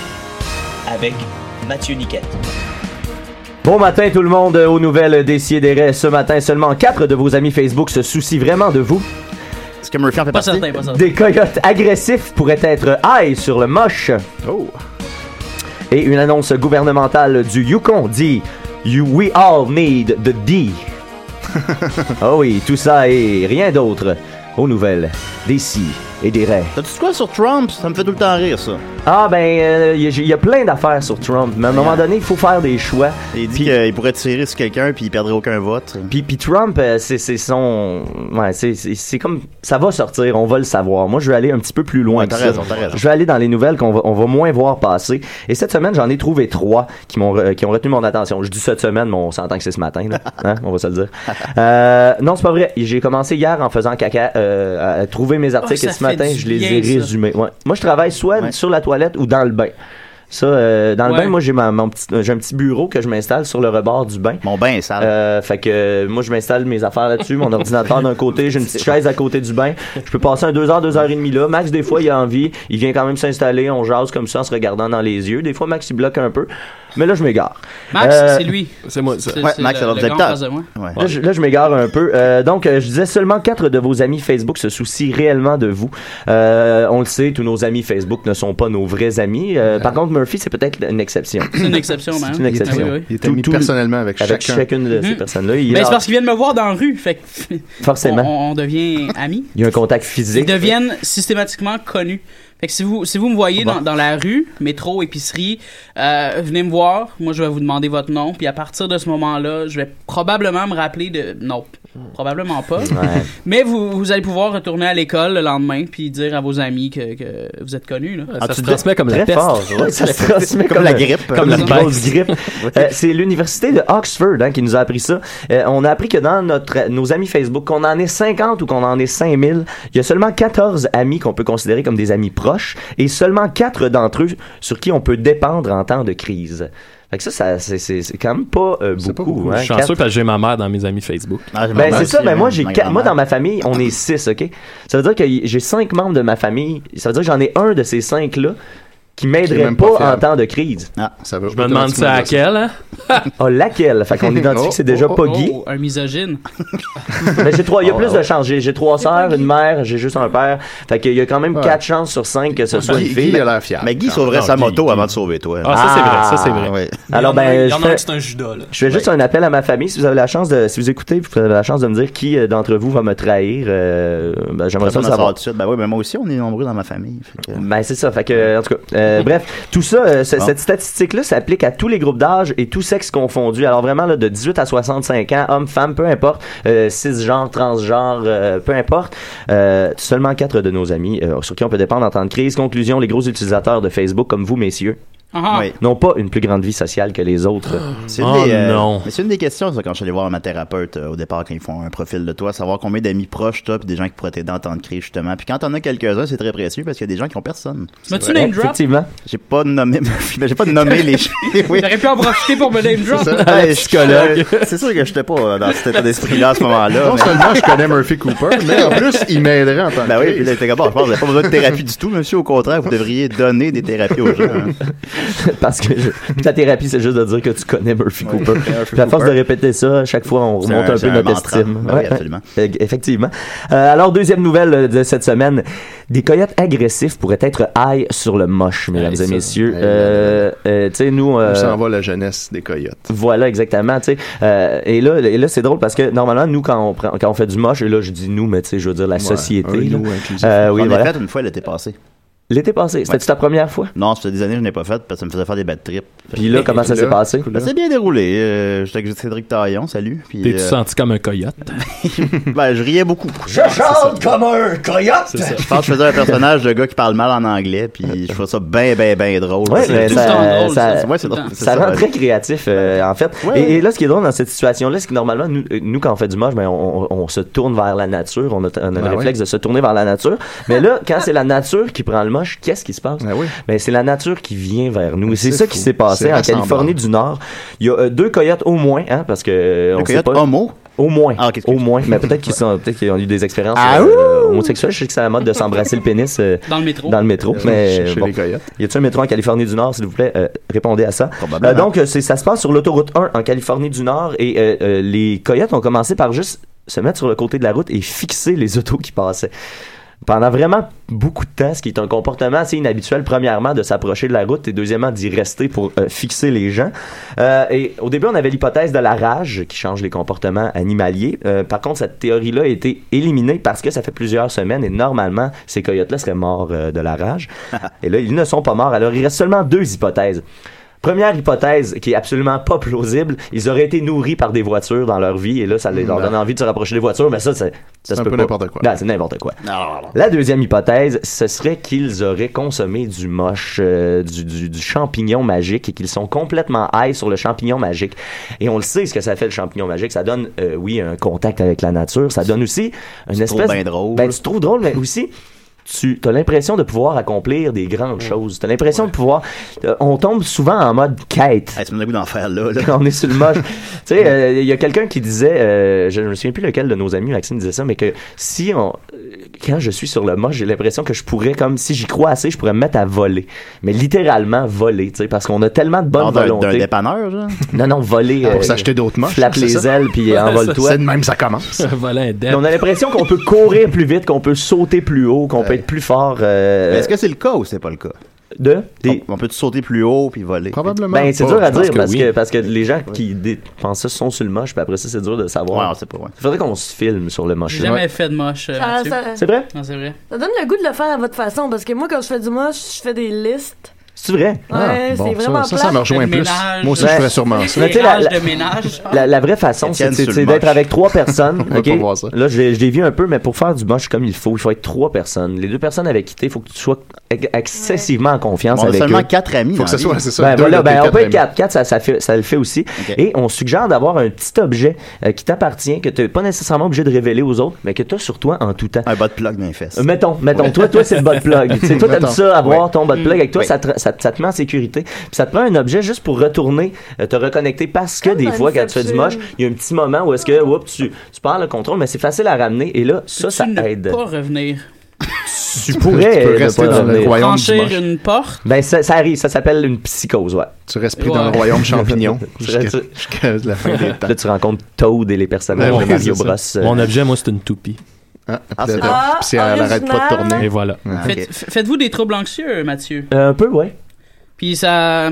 Avec Mathieu Niquette.
Bon matin tout le monde euh, aux nouvelles Décidérées. Ce matin, seulement 4 de vos amis Facebook se soucient vraiment de vous.
Est-ce que Murphy en fait
Pas certain, pas certain.
Des coyotes agressifs pourraient être high sur le moche.
Oh.
Et une annonce gouvernementale du Yukon dit You we all need the D. oh oui, tout ça et rien d'autre aux nouvelles des si et des rêves.
T'as-tu de quoi sur Trump? Ça me fait tout le temps rire, ça.
Ah, ben, euh, il y a- il y, a plein d'affaires sur Trump, mais à un moment donné, il faut faire des choix.
Il dit qu'il pourrait tirer sur quelqu'un puis il perdrait aucun vote.
Puis, puis Trump, euh, c'est c'est son. Ouais, c'est- c'est c'est comme. Ça va sortir, on va le savoir. Moi, je vais aller un petit peu plus loin.
Ouais, t'as
que ça.
raison, t'as raison.
Je vais aller dans les nouvelles qu'on va, on va moins voir passer. Et cette semaine, j'en ai trouvé trois qui, m'ont re- euh, qui ont retenu mon attention. Je dis cette semaine, mais on s'entend que c'est ce matin, là. Hein? on va se le dire. Euh, non, c'est pas vrai. J'ai commencé hier en faisant caca euh, à trouver mes articles
Oh, ça
et ce
fait
matin,
du
je les
bien,
ai
ça.
résumés. Ouais. Moi, je travaille soit sur la toilette ou dans le bain. Ça, euh, dans le
Ouais.
bain, moi, j'ai ma- mon petit- j'ai un petit bureau que je m'installe sur le rebord du bain.
Mon bain est sale.
fait que euh, moi, je m'installe mes affaires là-dessus, mon ordinateur d'un côté, j'ai une petite chaise à côté du bain. Je peux passer un 2 heures, 2 heures et demie là. Max, des fois, il a envie. Il vient quand même s'installer, on jase comme ça en se regardant dans les yeux. Des fois, Max, il bloque un peu. Mais là, je m'égare.
Max,
Euh,
c'est lui.
C'est moi.
C'est c'est le- le gars en face de moi.
Là, je, là, je m'égare un peu. Euh, donc, euh, je disais seulement quatre de vos amis Facebook se soucient réellement de vous. Euh, on le sait, tous nos amis Facebook ne sont pas nos vrais amis. Euh, Par contre, Murphy, c'est peut-être une exception.
C'est une exception, man.
C'est une exception.
Ah oui, oui.
Il est ami personnellement avec chacun.
chacune de ces
Mhm.
personnes-là. Il,
Ben,
a-
c'est parce qu'ils viennent me voir dans la rue. Fait que-
Forcément.
On, on devient amis.
il y a un contact
Ils
physique.
deviennent systématiquement connus. Fait que si vous, si vous me
Ah
voyez dans, dans la rue, métro, épicerie, euh, venez me voir. Moi, je vais vous demander votre nom. Puis à partir de ce moment-là, je vais probablement me rappeler de. Non, probablement pas.
Ouais.
Mais vous, vous allez pouvoir retourner à l'école le lendemain puis dire à vos amis que, que vous êtes connus. Là.
Ah, tu te transmets comme la Très peste. fort, ouais, ça se transmet comme la- comme la grosse grippe. Euh, c'est l'université de Oxford hein, qui nous a appris ça. Euh, on a appris que dans notre, nos amis Facebook, qu'on en ait 50 ou qu'on en ait 5000, il y a seulement 14 amis qu'on peut considérer comme des amis proches et seulement 4 d'entre eux sur qui on peut dépendre en temps de crise. Fait que ça, ça c'est- c'est c'est quand même pas euh, beaucoup.
Je
hein,
suis chanceux
quatre-
parce que j'ai ma mère dans mes amis Facebook.
ben, c'est ça, mais moi, j'ai quatre- moi, dans ma famille, on est six, OK? Ça veut dire que y- j'ai cinq membres de ma famille. Ça veut dire que j'en ai un de ces cinq-là
Qui
qui
est
m'aiderait
même
pas,
pas fiable.
en temps de crise.
ça veut
Je me demande ça à quelle, hein?
Ah, laquelle? Fait qu'on identifie que c'est déjà pas Guy.
Oh, un misogyne.
Mais j'ai trois, il y a
Oh,
plus
oh.
de chances. J'ai, j'ai trois sœurs, une mère, j'ai juste un père. Fait qu'il y a quand même quatre chances sur cinq que ce soit
Ah, Guy-
une fille.
Guy a l'air fier. Mais Guy sauverait sa moto avant de sauver toi. hein.
Ah, ça, c'est vrai, ça, c'est vrai. Ouais. Alors, ben,
il y
je
en a un
fais-
qui c'est un judas, là.
Je fais juste un appel à ma famille. Si vous avez la chance de, si vous écoutez, vous avez la chance de me dire qui euh, d'entre vous va me trahir. euh, ben, j'aimerais ça
Personne
le
n'en
savoir.
sort tout de suite. Ben oui, mais moi aussi, on est nombreux dans ma famille. Fait que-
Ben c'est ça, fait que euh, en tout cas, euh, bref, tout ça, euh, ce-
Bon.
cette statistique-là s'applique à tous les groupes d'âge et tous sexes confondus. Alors vraiment là, de 18 à 65 ans, hommes, femmes, peu importe, euh, cisgenres, transgenres, euh, peu importe. Euh, seulement quatre de nos amis euh, sur qui on peut dépendre en temps de crise. Conclusion les gros utilisateurs de Facebook comme vous messieurs
Ah.
Oui.
n'ont pas une plus grande vie sociale que les autres.
C'est une,
Oh,
des, euh, mais c'est une des questions, ça, quand je suis allé voir ma thérapeute euh, au départ, quand ils font un profil de toi, savoir combien d'amis proches t'as, puis des gens qui pourraient t'aider en temps de crise, justement. Puis quand t'en as quelques-uns, c'est très précieux parce qu'il y a des gens qui ont personne.
M'as-tu name drop? Effectivement.
J'ai pas nommé, mais j'ai pas nommé les gens. Oui.
J'aurais pu en profiter pour me name drop.
Ouais, je- C'est sûr que j'étais pas euh, dans cet état d'esprit-là à ce moment-là.
Non seulement je connais Murphy Cooper, mais en plus, il m'aiderait en tant
Ben
que
oui, puis là, il était comme, Bon, je pense que vous n'avez pas besoin de thérapie du tout, monsieur. Au contraire, vous devriez donner des thérapies aux gens. hein.
Parce que je- ta thérapie, c'est juste de dire que tu connais Murphy
Oui,
Cooper.
Murphy
Puis à force de
Cooper.
répéter ça, à chaque fois, on
C'est
remonte
un-
un,
c'est
peu
un
notre
mantra.
estime.
Ben oui, absolument.
Euh, Effectivement. Euh, alors, deuxième nouvelle euh, de cette semaine. Des coyotes agressifs pourraient être high sur le moche, mesdames et messieurs. Euh, euh, tu sais, nous...
Où
euh,
s'en va la jeunesse des coyotes?
voilà, exactement. tu sais. Euh, et là, et là c'est drôle parce que normalement, nous, quand on, prend, quand on fait du moche, et là, je dis nous, mais tu sais, je veux dire la
Ouais,
société.
un
là.
nous inclusif.
Euh, oui,
J'en ai
voilà.
fait une fois l'été passé.
L'été passé, c'était ta première fois?
Non, ça fait des années que je n'ai pas fait parce que ça me faisait faire des bad trips.
Puis là, comment ça s'est passé?
Ben, c'est bien déroulé. Euh, J'étais avec Cédric Taillon, salut. Puis,
T'es-tu
euh,
senti comme un coyote?
ben, je riais beaucoup.
Je chante comme un coyote!
C'est ça. Je pense que je faisais un personnage de gars qui parle mal en anglais, puis je trouve ça bien, bien, bien drôle.
Ouais, mais
Tout
ça-
le temps drôle,
ça-
C'est- ouais, c'est drôle. C'est
ça rend très créatif, euh, en fait.
Ouais,
et,
ouais.
et là, ce qui est drôle dans cette situation-là, c'est que normalement, nous, euh, nous, quand on fait du moche, ben, on, on- on se tourne vers la nature. On a, t- on a le
Ben
réflexe
oui.
de se tourner vers la nature. Mais là, quand c'est la nature qui prend le moche, qu'est-ce qui se passe? Ben, c'est la nature qui vient vers
Ben,
nous. Et c'est
c'est
ça qui
fou.
s'est passé
C'est
en
rassembleur.
Californie du Nord. Il y a euh, deux coyotes au moins, hein, parce que euh,
Deux
on sait
coyotes Ah,
pas.
homo?
Au moins. au moins. Mais peut-être qu'ils sont, peut-être qu'ils ont eu des expériences
Ah,
euh, homosexuelles. Je sais que c'est la mode de s'embrasser le pénis. euh,
Dans le métro.
Dans le métro.
Euh,
Mais
chez
bon.
les coyotes.
Y a-t-il un métro en Californie du Nord, s'il vous plaît? Euh, répondez à ça. Euh, donc, euh, c'est- ça se passe sur l'autoroute 1 en Californie du Nord et euh, euh, les coyotes ont commencé par juste se mettre sur le côté de la route et fixer les autos qui passaient. pendant vraiment beaucoup de temps, ce qui est un comportement assez inhabituel, premièrement, de s'approcher de la route et deuxièmement d'y rester pour euh, fixer les gens. Euh, et au début, on avait l'hypothèse de la rage qui change les comportements animaliers. Euh, par contre, cette théorie-là a été éliminée parce que ça fait plusieurs semaines et normalement, ces coyotes-là seraient morts euh, de la rage. et là, ils ne sont pas morts. Alors, il reste seulement deux hypothèses. Première hypothèse qui est absolument pas plausible, ils auraient été nourris par des voitures dans leur vie et là ça les- leur donne envie de se rapprocher des voitures, mais ça, ça, ça
C'est un peu n'importe quoi.
Non, Ben, c'est n'importe quoi. La deuxième hypothèse, ce serait qu'ils auraient consommé du moche, euh, du, du- du champignon magique et qu'ils sont complètement high sur le champignon magique. Et on le sait ce que ça fait le champignon magique, ça donne euh, oui un contact avec la nature, ça donne aussi une
trouves
espèce
bien drôle.
Ben, tu trouves drôle mais aussi tu as l'impression de pouvoir accomplir des grandes choses. Tu as l'impression de pouvoir. euh, on tombe souvent en mode quête.
tu me le goût d'en faire là.
on est sur le moche. tu sais, euh, il y a quelqu'un qui disait, euh, je ne me souviens plus lequel de nos amis, Maxime, disait ça, mais que si on. euh, Quand je suis sur le moche, j'ai l'impression que je pourrais, comme si j'y crois assez, je pourrais me mettre à voler. Mais littéralement voler, tu sais, parce qu'on a tellement de bonne
Lors d'un- d'un
volonté.
dépanneur, genre?
Non, non, voler.
Ah, pour s'acheter d'autres moches,
Flappe
c'est
les
ça?
ailes, puis
Ouais,
envole-toi.
c'est de même ça commence.
Voler un
Mais on a l'impression qu'on peut courir plus vite, qu'on peut sauter plus haut, qu'on peut être plus fort. euh,
Mais est-ce que c'est le cas ou c'est pas le cas?
De?
On, on peut sauter plus haut puis voler? Probablement.
Ben, c'est dur à dire parce, que, parce que les gens qui dé- pensent ça sont sur le moche, puis après ça, c'est dur de savoir.
c'est pas vrai.
Il faudrait qu'on se filme sur le moche.
J'ai jamais fait de moche. euh,
Ça-
Mathieu.
ça- C'est vrai?
Non, c'est vrai.
Ça donne le goût de le faire à votre façon, parce que moi, quand je fais du moche, je fais des listes.
C'est vrai?
Ouais, c'est vraiment
Ah, ça, ça me
plate.
rejoint
Le
plus.
ménage.
Moi aussi, je
Ouais.
ferais sûrement ça.
Mais tu sais, la-
Âge
la-
de ménage.
La, la vraie façon, c'est
Étienne
c'est-
sur le
c'est d'être
moche.
avec trois personnes.
On peut
ok?
pas voir ça.
Là, je, l'ai- je dévie un peu, mais pour faire du moche comme il faut, il faut être trois personnes. Les deux personnes avec qui t'es, il faut que tu sois ex- excessivement en confiance
Bon, on a
avec
seulement
eux.
quatre amis Faut dans que ce la vie. soit- c'est ça,
Ben,
deux
voilà,
de tes
ben, on
quatre
peut être
amis.
quatre. Quatre, ça, ça, fait- ça le fait aussi. Et on suggère d'avoir un petit objet euh, qui t'appartient, que tu n'es pas nécessairement obligé de révéler aux autres, mais que tu as sur toi en tout temps.
Un bas de plug dans les fesses.
Euh, Mettons, mettons, toi, toi, c'est le bot plug. Tu sais, toi, t'aimes
Mettons.
ça, avoir
Oui.
ton bot plug avec toi,
Oui.
ça, te, ça, te- ça te met en sécurité. Puis ça te prend un objet juste pour retourner, euh, te reconnecter parce que des
dans
fois, quand tu
Inception.
fais du moche, il y a un petit moment où est-ce que, oups, tu, tu perds le contrôle, mais c'est facile à ramener et là, ça, ça aide.
Pas revenir.
Tu pourrais
peux
euh, ne
rester
pas
dans le
revenir.
royaume
du Franchir moche. une porte.
Ben, ça, ça arrive, ça s'appelle une psychose, ouais.
Tu restes pris
Ouais.
dans le royaume champignon
Tu restes-
jusqu'à jusqu'à la fin des temps.
Là, tu rencontres Toad et les personnages
Ben
de
oui,
Mario
c'est
Bros.
ça.
euh,
Mon objet, moi, c'est une toupie.
Ah,
c'est-
puis elle arrête pas de tourner.
Et voilà.
Faites- f- Faites-vous des troubles anxieux, Mathieu?
Euh, un peu, ouais.
Puis ça.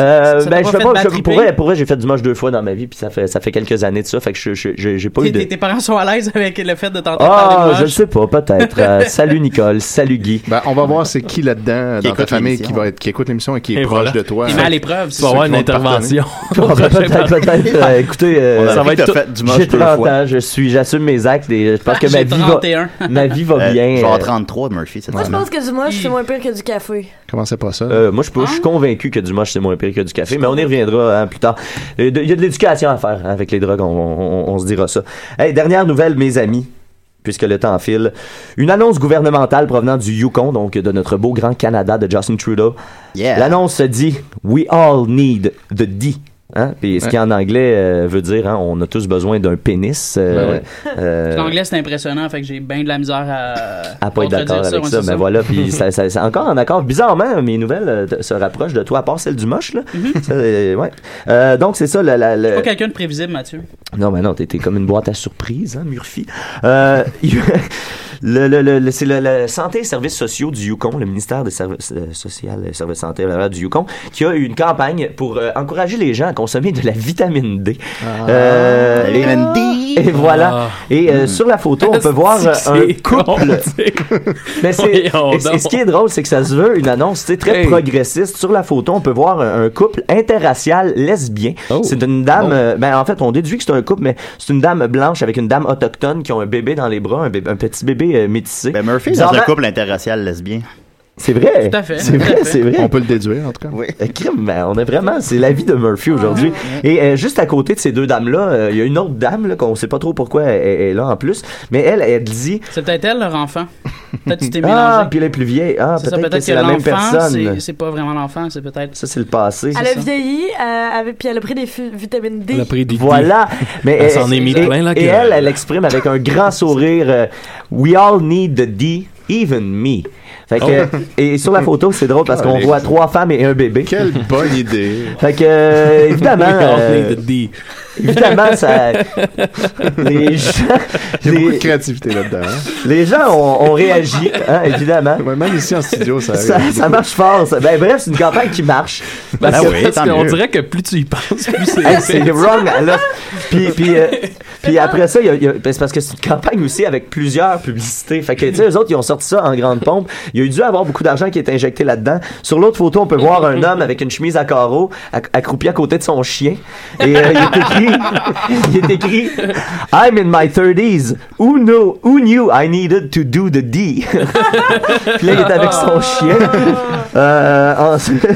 Euh,
ça t'a
ben,
pas
je fais
fait
pas, je,
battriper?
pour vrai, pour vrai, j'ai fait du moche deux fois dans ma vie, puis ça fait, ça fait quelques années de ça, fait que je- je- je- j'ai pas eu
Tes,
de.
tes- tes parents sont à l'aise avec le fait de t'entendre parler
Ah,
de
je ne
moche.
sais pas, peut-être. Euh, salut Nicole, salut Guy.
Ben, on va voir c'est qui là-dedans
Qui
dans ta
écoute
famille
l'émission.
qui va être qui écoute l'émission et qui est
Et
proche
voilà.
de toi.
Il met à
Ceux
l'épreuve, c'est ça.
qui
Tu vas
vont te
avoir une
pardonner.
intervention. On va ben, peut-être- peut-être, euh, écoutez, euh,
On a
ça
appris
va
que
être
t'as
tout-
fait du moche
J'ai
deux
30
fois.
ans, je suis, j'assume mes actes et je pense que ma
J'ai
vie va,
31.
ma vie va
Euh,
bien.
je vais en
euh,
33 de Murphy cette
Moi, je
semaine.
pense que du moche, c'est moins pire que du café.
Comment c'est pas ça? Euh, moi, je suis pas- je suis convaincu que du moche, c'est moins pire que du café, mais on y reviendra hein, plus tard. Euh, de- Il y a de l'éducation à faire hein, avec les drogues, on, on- on- on se dira ça. Hey, dernière nouvelle, mes amis. Puisque le temps file, une annonce gouvernementale provenant du Yukon, donc de notre beau grand Canada de Justin Trudeau. L'annonce dit We all need the D. Hein? Puis ce qui
Ouais.
en anglais euh, veut dire hein, on a tous besoin d'un pénis. euh, euh,
L'anglais, c'est impressionnant, fait que j'ai bien de la misère à.
à pas être
contredire
d'accord avec
ouais,
ça,
c'est
mais voilà, puis ça, ça- ça- encore en accord. Bizarrement, mes nouvelles euh, t- se rapprochent de toi, à part celle du moche, là. Ça, euh, ouais. Euh, donc, c'est ça, la, la- la-
Pas quelqu'un de prévisible, Mathieu.
Non, mais non, t'es t'es comme une boîte à surprise, hein, Murphy. Euh, le, le- le- le- c'est le, le Santé et Services sociaux du Yukon, le ministère des Services euh, sociaux et Services santé blablabla, du Yukon, qui a eu une campagne pour euh, encourager les gens à consommer de la vitamine D. Euh,
Ah.
et-
Vitamine D.
Et voilà.
Ah.
Et euh, sur la photo,
Ah,
on peut voir euh, un couple. Mais c'est,
Voyons
et, et ce
donc.
qui est drôle, c'est que ça se veut une annonce tu sais, très
Hey.
progressiste. Sur la photo, on peut voir un, un couple interracial lesbien.
Oh.
C'est une dame, euh, ben, en fait, on déduit que c'est un couple, mais c'est une dame blanche avec une dame autochtone qui ont un bébé dans les bras, un, bébé- un petit bébé euh, métissé. Ben,
Murphy est dans un couple interracial lesbien.
C'est vrai.
Tout à fait,
C'est
tout à
vrai,
fait.
c'est vrai.
On peut
le déduire, en tout cas. Oui. on est vraiment, c'est la vie de Murphy aujourd'hui. Et euh, juste à côté de ces deux dames-là, euh, il y a une autre dame, là, qu'on sait pas trop pourquoi elle elle est là en plus, mais elle, elle dit,
C'est peut-être elle, leur enfant. Peut-être que tu t'es
ah,
mélangé.
puis elle est plus vieille. Ah,
C'est ça,
peut-être que c'est la même
l'enfant,
personne.
c'est- c'est pas vraiment l'enfant, c'est peut-être.
Ça, c'est le passé.
Elle a vieilli, euh, avec- puis elle a pris des fu- vitamines D.
Voilà. Mais
Elle s'en est mis
et,
plein, là,
Et
que-
elle, elle exprime avec un grand sourire euh, We all need the D. Even Me. Fait que,
Oh.
euh, et sur la photo, c'est drôle parce qu'on
Calice.
voit trois femmes et un bébé. Quelle
bonne idée.
Fait que, euh, évidemment,
We all
euh,
need the D.
évidemment, ça, les gens,
Il y a beaucoup de créativité là-dedans. hein.
les gens ont, ont réagi, hein, évidemment.
même ici en studio, ça
ça,
arrive. Ben
ça marche fort. ça. Ben, bref, c'est une campagne qui marche.
Ah
Parce,
Parce-
que- parce qu'on dirait que plus tu y penses, plus c'est.
Hey, c'est
fait.
wrong. là. Puis, puis, euh, puis après ça, il y a- il y a- ben, c'est parce que c'est une campagne aussi avec plusieurs publicités. Fait que, tu sais, eux autres, ils ont sorti ça en grande pompe. Il y a eu dû avoir beaucoup d'argent qui est injecté là-dedans. Sur l'autre photo, on peut voir un homme avec une chemise à carreaux acc- accroupi à côté de son chien. Et euh, il est écrit, il est écrit, I'm in my 30s. Who, know, who knew I needed to do the D? Puis là, il est avec
Ah.
son chien. Euh, ensuite,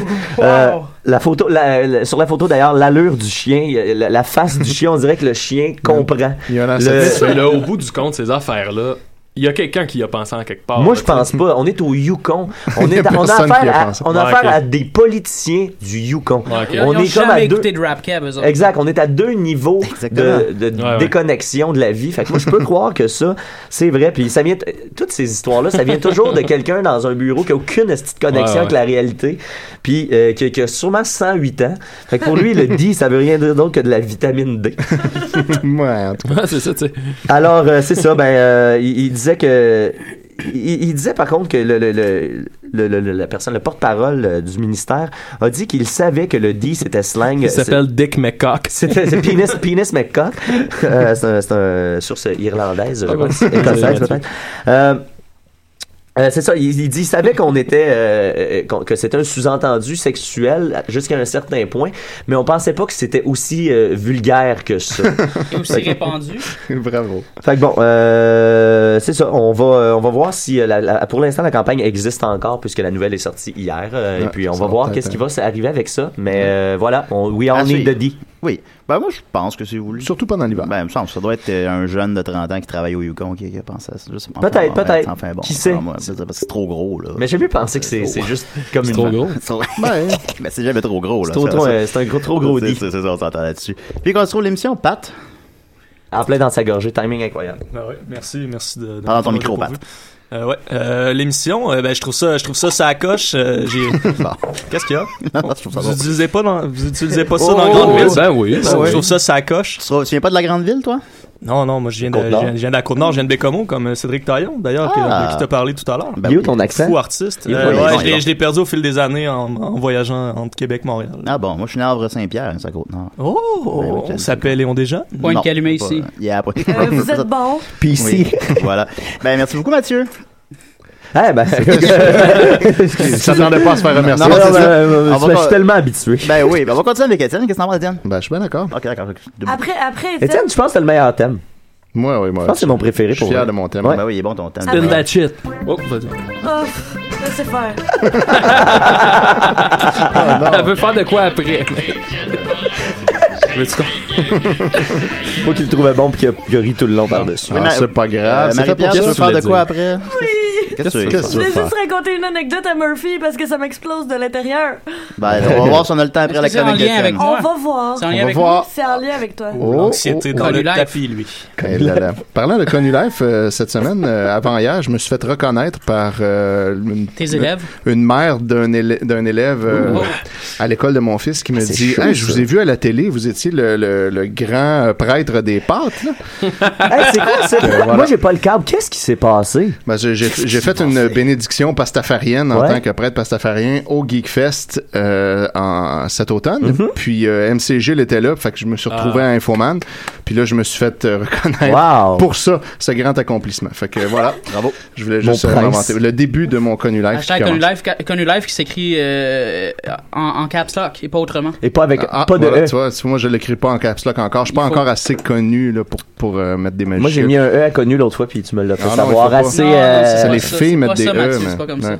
euh, la photo, la- la- sur la photo d'ailleurs, l'allure du chien, il y a- la, la face du chien, on dirait que le chien comprend. Le-
Mais là, au bout du compte, ces affaires-là, il y a quelqu'un qui y a pensé en quelque part.
Moi, je pense pas. On est au Yukon. On,
Il y a
est à- on a
personne qui y
affaire,
a
à,
pensé.
on a
Ouais,
affaire
ok.
à des politiciens du Yukon.
Ils
On
n'ont
est comme
jamais
à deux.
écouté de rap cab, eux autres.
Exact, on est à deux niveaux de, de
ouais.
déconnexion de la vie. Fait que moi, je peux croire que ça, c'est vrai. Puis ça vient, t- toutes ces histoires-là, ça vient toujours de quelqu'un dans un bureau qui a aucune petite connexion
Ouais, ouais.
avec la réalité, puis euh, qui, qui a sûrement 108 ans. Fait que pour lui, le D, ça veut rien dire d'autre que de la vitamine D.
ouais, en tout
cas. c'est ça, tu sais.
Alors, euh, c'est ça. Ben, euh, il, il disait que. Il, il disait par contre que le, le- le- le- le- le- la personne, le porte-parole euh, du ministère, a dit qu'il savait que le D c'était slang.
Il s'appelle Dick McCock.
C'était c'est Penis, penis McCock. Euh, c'est un- c'est un, source irlandaise, je
Ah
pense.
bon.
Écossaise,
Là-dessus.
peut-être. Euh, euh, c'est ça, il, il dit, il savait qu'on était, euh, euh, qu'on- que c'était un sous-entendu sexuel jusqu'à un certain point, mais on pensait pas que c'était aussi euh, vulgaire que ça.
Et aussi
Fait que-
répandu.
Bravo.
fait que bon, euh, c'est ça. On va, euh, on va voir si euh, la- la- pour l'instant la campagne existe encore puisque la nouvelle est sortie hier. euh, et
Ouais,
puis on
ça
va
va
voir
peut-être,
qu'est-ce qui va arriver avec ça. Mais euh, voilà, on, we all
À
need
suivre.
the D.
Ah, Oui. Ben, moi, je pense que si vous voulez.
Surtout pendant l'hiver.
Ben, il me semble. Ça doit être euh, un jeune de 30 ans qui travaille au Yukon qui, qui a pensé à ça. Je sais pas.
Peut-être,
Enfin,
peut-être.
Enfin, bon.
Qui sait?
Moi, je veux dire, parce que c'est trop gros, là.
Mais j'ai vu penser que c'est c'est juste comme une.
Ben,
ben, c'est jamais trop gros, là.
C'est trop-
Ça,
trop-
ça-
euh, c'est un gros- trop gros
C'est-
dit.
C'est c'est ça, on s'entend là-dessus. Puis qu'on se trouve l'émission, Pat.
En plein dans sa gorgée, timing incroyable.
Ben ouais, merci, merci de. de
Prends ton
m'avoir
micro,
dépourvu. Euh, ouais, euh, l'émission, euh, ben, je trouve ça, je trouve ça, ça coche. euh, j'ai- Qu'est-ce qu'il y a
ça
Vous
bon.
utilisez pas, dans, vous utilisez pas ça
Oh,
dans la
oh,
grande
oh,
ville
ben oui.
Je
Ben
trouve-
oui.
Je trouve ça, ça coche.
Tu te souviens pas de la grande ville, toi
Non, non, moi je viens de, je
Côte-Nord.
viens, je viens de la côte nord, je viens de Bécomo, comme euh, Cédric Taillon d'ailleurs, qui-
Ah.
qui, t'a parlé tout à l'heure.
Ben Il est où oui. ton accent?
Fou artiste.
Il est
Euh,
où, il est
ouais,
bon,
je
il est
l'ai- je l'ai perdu au fil des années en, en voyageant entre Québec et Montréal.
Ah bon, moi, je suis né à Havre-Saint-Pierre, ça côte nord. Ben
Oh, on s'appelle Léon Desjardins.
Point de calumet ici.
Euh, vous êtes bon.
euh, Puis
ici.
voilà. Ben, merci beaucoup, Mathieu.
Ah ben.
Il s'attendait pas à se faire
Non,
remercier.
non,
C'est
ben,
ça.
ben,
On
ben,
va
je suis
pas-
tellement
habitué.
Ben oui, ben, on va continuer avec Étienne. Qu'est-ce que t'en penses, Étienne?
Ben, je suis bien d'accord.
Ok, d'accord.
Après, après,
Étienne, je pense que c'est le meilleur thème.
Moi, oui, moi.
Je pense que c'est mon préféré
Je suis
pour
fier
vrai.
de mon thème.
Ouais.
Ben oui, il est bon ton thème.
Spin that shit. Oh, vas-y.
Oh, laissez faire.
Ah,
Ah,
Elle veut faire de quoi après? Veux-tu
Moi qui le trouvais bon puis qu'il a, qu'il a ri tout le long par-dessus. Ah,
Oui, mais-
c'est pas
Euh,
grave, c'est fait
Marie-Pierre,
pour
tu
ça,
veux
tu
faire de
voulais
quoi
dire.
après?
Oui.
Qu'est-ce que tu
Je
veux
vais
faire?
juste raconter une anecdote à Murphy parce que ça m'explose de l'intérieur.
Ben, on va voir si on a le temps après la
Est-ce que c'est en
chronique
lien avec
d'Étienne.
moi?
On va voir.
C'est en lien On
On
va
va
avec
voir.
C'est en lien avec toi.
Oh,
L'anxiété
oh,
dans
oh.
le
Connu life.
tapis, lui.
Eh là là. Parlant de Connulife, euh, cette semaine, euh, avant-hier, je me suis fait reconnaître par euh, une,
Tes élèves?
une mère d'un élè- d'un élève euh,
Ouh.
à l'école de mon fils qui me
Ah, C'est
dit
chaud,
Hey, Je
ça.
vous ai vu à la télé, vous étiez le, le- le grand euh, prêtre des pâtes. là.
Hey, c'est quoi ça?
Euh, voilà.
Moi j'ai pas le câble. Qu'est-ce qui s'est passé?
Ben, j'ai- j'ai j'ai fait une bénédiction pastafarienne en
Ouais.
tant que prêtre pastafarienne au Geekfest euh, en, cet automne.
Mm-hmm.
Puis euh, MCG était là, fait que je me suis retrouvé
Ah.
à Infoman. Puis là, je me suis fait euh, reconnaître
Wow.
pour ça, ce grand accomplissement. Fait que voilà.
Bravo.
Je voulais
Mon
juste euh,
prince.
inventer le début de mon connu live. qui
Hashtag connu
commence.
live, ca- connu live qui s'écrit euh, en, en caps lock et pas autrement.
Et pas avec
Ah,
pas de
voilà,
E.
tu vois, tu vois, moi je l'écris pas en caps lock encore. Je suis pas
Il faut-
encore assez connu là, pour, pour euh, mettre des magiques.
Moi j'ai mis un E inconnu l'autre fois puis tu me l'as fait
Ah non,
savoir
il faut pas.
assez.
Non, non,
euh,
c'est
pas
les
ça,
filles
c'est
mettent
pas
des
ça, Mathieu,
E.
c'est
mais-
pas comme ça.
ouais.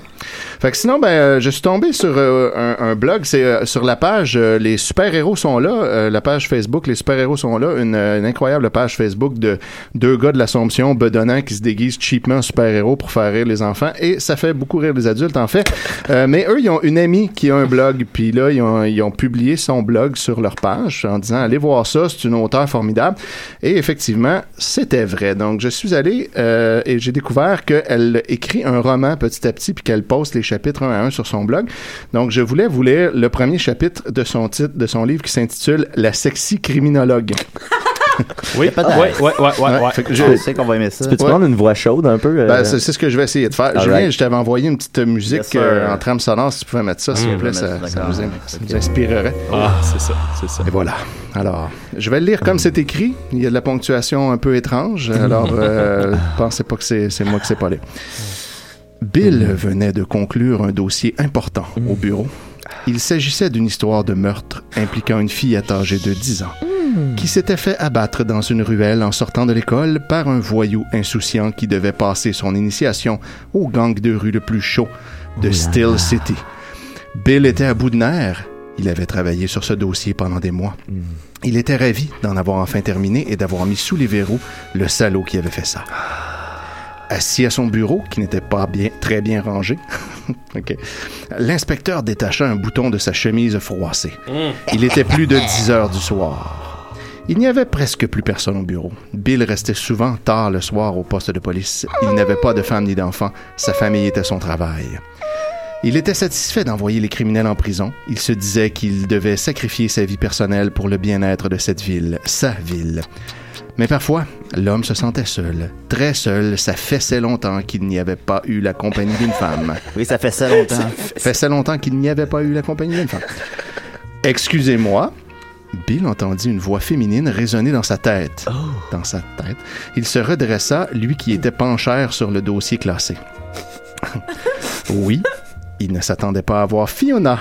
Fait que sinon, ben, euh, je suis tombé sur euh, un, un blog, c'est euh, sur la page euh, Les super-héros sont là, euh, la page Facebook Les super-héros sont là, une, euh, une incroyable page Facebook de deux gars de l'Assomption bedonnants qui se déguisent cheapement en super-héros pour faire rire les enfants et ça fait beaucoup rire les adultes en fait. Euh, mais eux, ils ont une amie qui a un blog, puis là, ils ont, Hein, ils ont publié son blog sur leur page en disant Allez voir ça, c'est une auteure formidable. Et effectivement, c'était vrai. Donc, je suis allé euh, et j'ai découvert qu'elle écrit écrit un roman petit à petit puis qu'elle poste les chapitres un à un sur son blog. Donc, je voulais vous lire le premier chapitre de son titre, de son livre qui s'intitule La sexy criminologue.
Eh,
Oui,
Peut-être.
ouais, ouais, ouais, ouais, ouais.
fait que
Je sais qu'on va aimer ça.
Tu peux-tu
Ouais.
prendre une voix chaude un peu? euh?
Ben, c'est c'est ce que je vais essayer de faire.
All
Julien,
right.
je t'avais envoyé une petite musique
sir.
euh, en trame sonore. Si tu pouvais mettre ça, s'il
Mm.
vous plaît,
Je vais
ça,
mettre ça,
ça
d'accord.
nous, in- ça nous inspirerait.
Ah, c'est ça, c'est ça. Mm.
Et voilà. Alors, je vais le lire comme c'est écrit. Il y a de la ponctuation un peu étrange. Alors, euh, pensez pas que c'est c'est moi qui sais pas lire. Bill venait de conclure un dossier important au bureau. Il s'agissait d'une histoire de meurtre impliquant une fillette âgée de 10 ans qui s'était fait abattre dans une ruelle en sortant de l'école par un voyou insouciant qui devait passer son initiation au gang de rue le plus chaud de Still City. Bill était à bout de nerfs. Il avait travaillé sur ce dossier pendant des mois. Il était ravi d'en avoir enfin terminé et d'avoir mis sous les verrous le salaud qui avait fait ça. Assis à son bureau, qui n'était pas bien, très bien rangé, ok, l'inspecteur détacha un bouton de sa chemise froissée.
Mm.
Il était plus de 10 heures du soir. Il n'y avait presque plus personne au bureau. Bill restait souvent tard le soir au poste de police. Il n'avait pas de femme ni d'enfant. Sa famille était son travail. Il était satisfait d'envoyer les criminels en prison. Il se disait qu'il devait sacrifier sa vie personnelle pour le bien-être de cette ville, sa ville. Mais parfois, l'homme se sentait seul, très seul. Ça fessait longtemps qu'il n'y avait pas eu la compagnie d'une femme.
Oui, ça fait ça longtemps.
Ça fessait longtemps qu'il n'y avait pas eu la compagnie d'une femme. Excusez-moi. Bill entendit une voix féminine résonner dans sa tête.
Oh.
Dans sa tête. Il se redressa, lui qui était penchère sur le dossier classé. oui, il ne s'attendait pas à voir Fiona.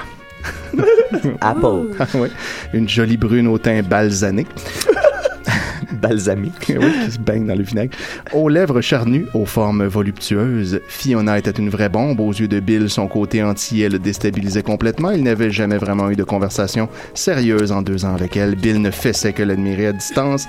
Apple. Une jolie brune au teint balsané. Balsamique. Eh oui, qui se baigne dans le vinaigre. Aux lèvres charnues, aux formes voluptueuses, Fiona était une vraie bombe. Aux yeux de Bill, son côté entier le déstabilisait complètement. Il n'avait jamais vraiment eu de conversation sérieuse en deux ans avec elle. Bill ne fessait que l'admirer à distance.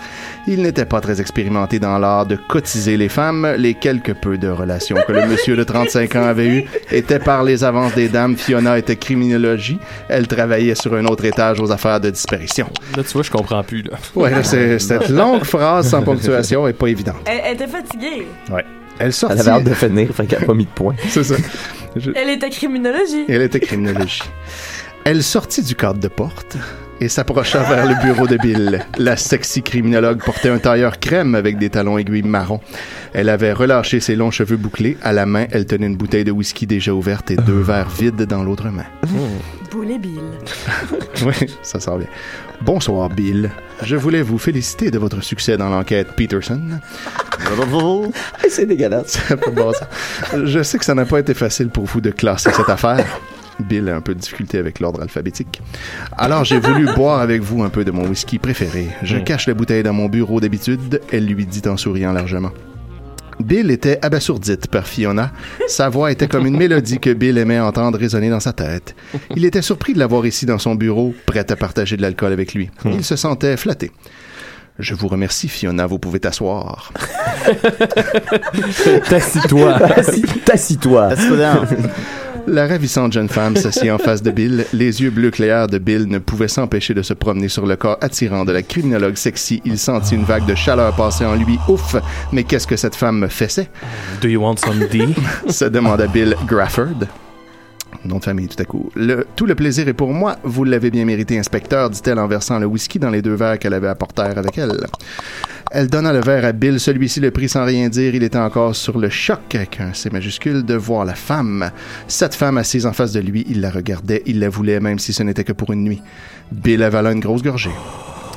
Il n'était pas très expérimenté dans l'art de cotiser les femmes. Les quelques peu de relations que le monsieur de 35 ans avait eues étaient par les avances des dames. Fiona était criminologie. Elle travaillait sur un autre étage aux affaires de disparition.
Là, tu vois, je comprends plus. Là.
Ouais, là, c'est-
Ah.
cette longue phrase sans ponctuation est pas évidente.
Elle, elle était fatiguée.
Ouais. Elle sortit.
Elle avait hâte de finir, fait qu'elle a pas mis de point.
C'est ça. Je-
Elle était criminologie.
Elle était criminologie. Elle sortit du cadre de porte et s'approcha vers le bureau de Bill. La sexy criminologue portait un tailleur crème avec des talons aiguilles marron. Elle avait relâché ses longs cheveux bouclés. À la main, elle tenait une bouteille de whisky déjà ouverte et deux verres vides dans l'autre main.
Mmh.
Boulet Bill.
Oui, ça sort bien. Bonsoir, Bill. Je voulais vous féliciter de votre succès dans l'enquête Peterson. C'est dégueulasse. Je sais que ça n'a pas été facile pour vous de classer cette affaire. Bill a un peu de difficulté avec l'ordre alphabétique. Alors, j'ai voulu boire avec vous un peu de mon whisky préféré. Je
Mm.
cache la bouteille dans mon bureau d'habitude. Elle lui dit en souriant largement. Bill était abasourdite par Fiona. Sa voix était comme une mélodie que Bill aimait entendre résonner dans sa tête. Il était surpris de l'avoir ici dans son bureau, prêt à partager de l'alcool avec lui. Il se sentait flatté. Je vous remercie, Fiona, vous pouvez t'asseoir.
T'assis-toi. T'assis-
T'assis-toi.
T'assis-toi down.
La ravissante jeune femme s'assit en face de Bill. Les yeux bleus clairs de Bill ne pouvaient s'empêcher de se promener sur le corps attirant de la criminologue sexy. Il sentit une vague de chaleur passer en lui. Ouf! Mais qu'est-ce que cette femme me fessait? Do you want some D? se demanda Bill Grafford. Nom de famille, tout à coup. Le, tout le plaisir est pour moi. Vous l'avez bien mérité, inspecteur, dit-elle en versant le whisky dans les deux verres qu'elle avait apportèrent avec elle. Elle donna le verre à Bill. Celui-ci le prit sans rien dire. Il était encore sur le choc, avec un C majuscule, de voir la femme. Cette femme assise en face de lui, il la regardait, il la voulait, même si ce n'était que pour une nuit. Bill avala une grosse gorgée.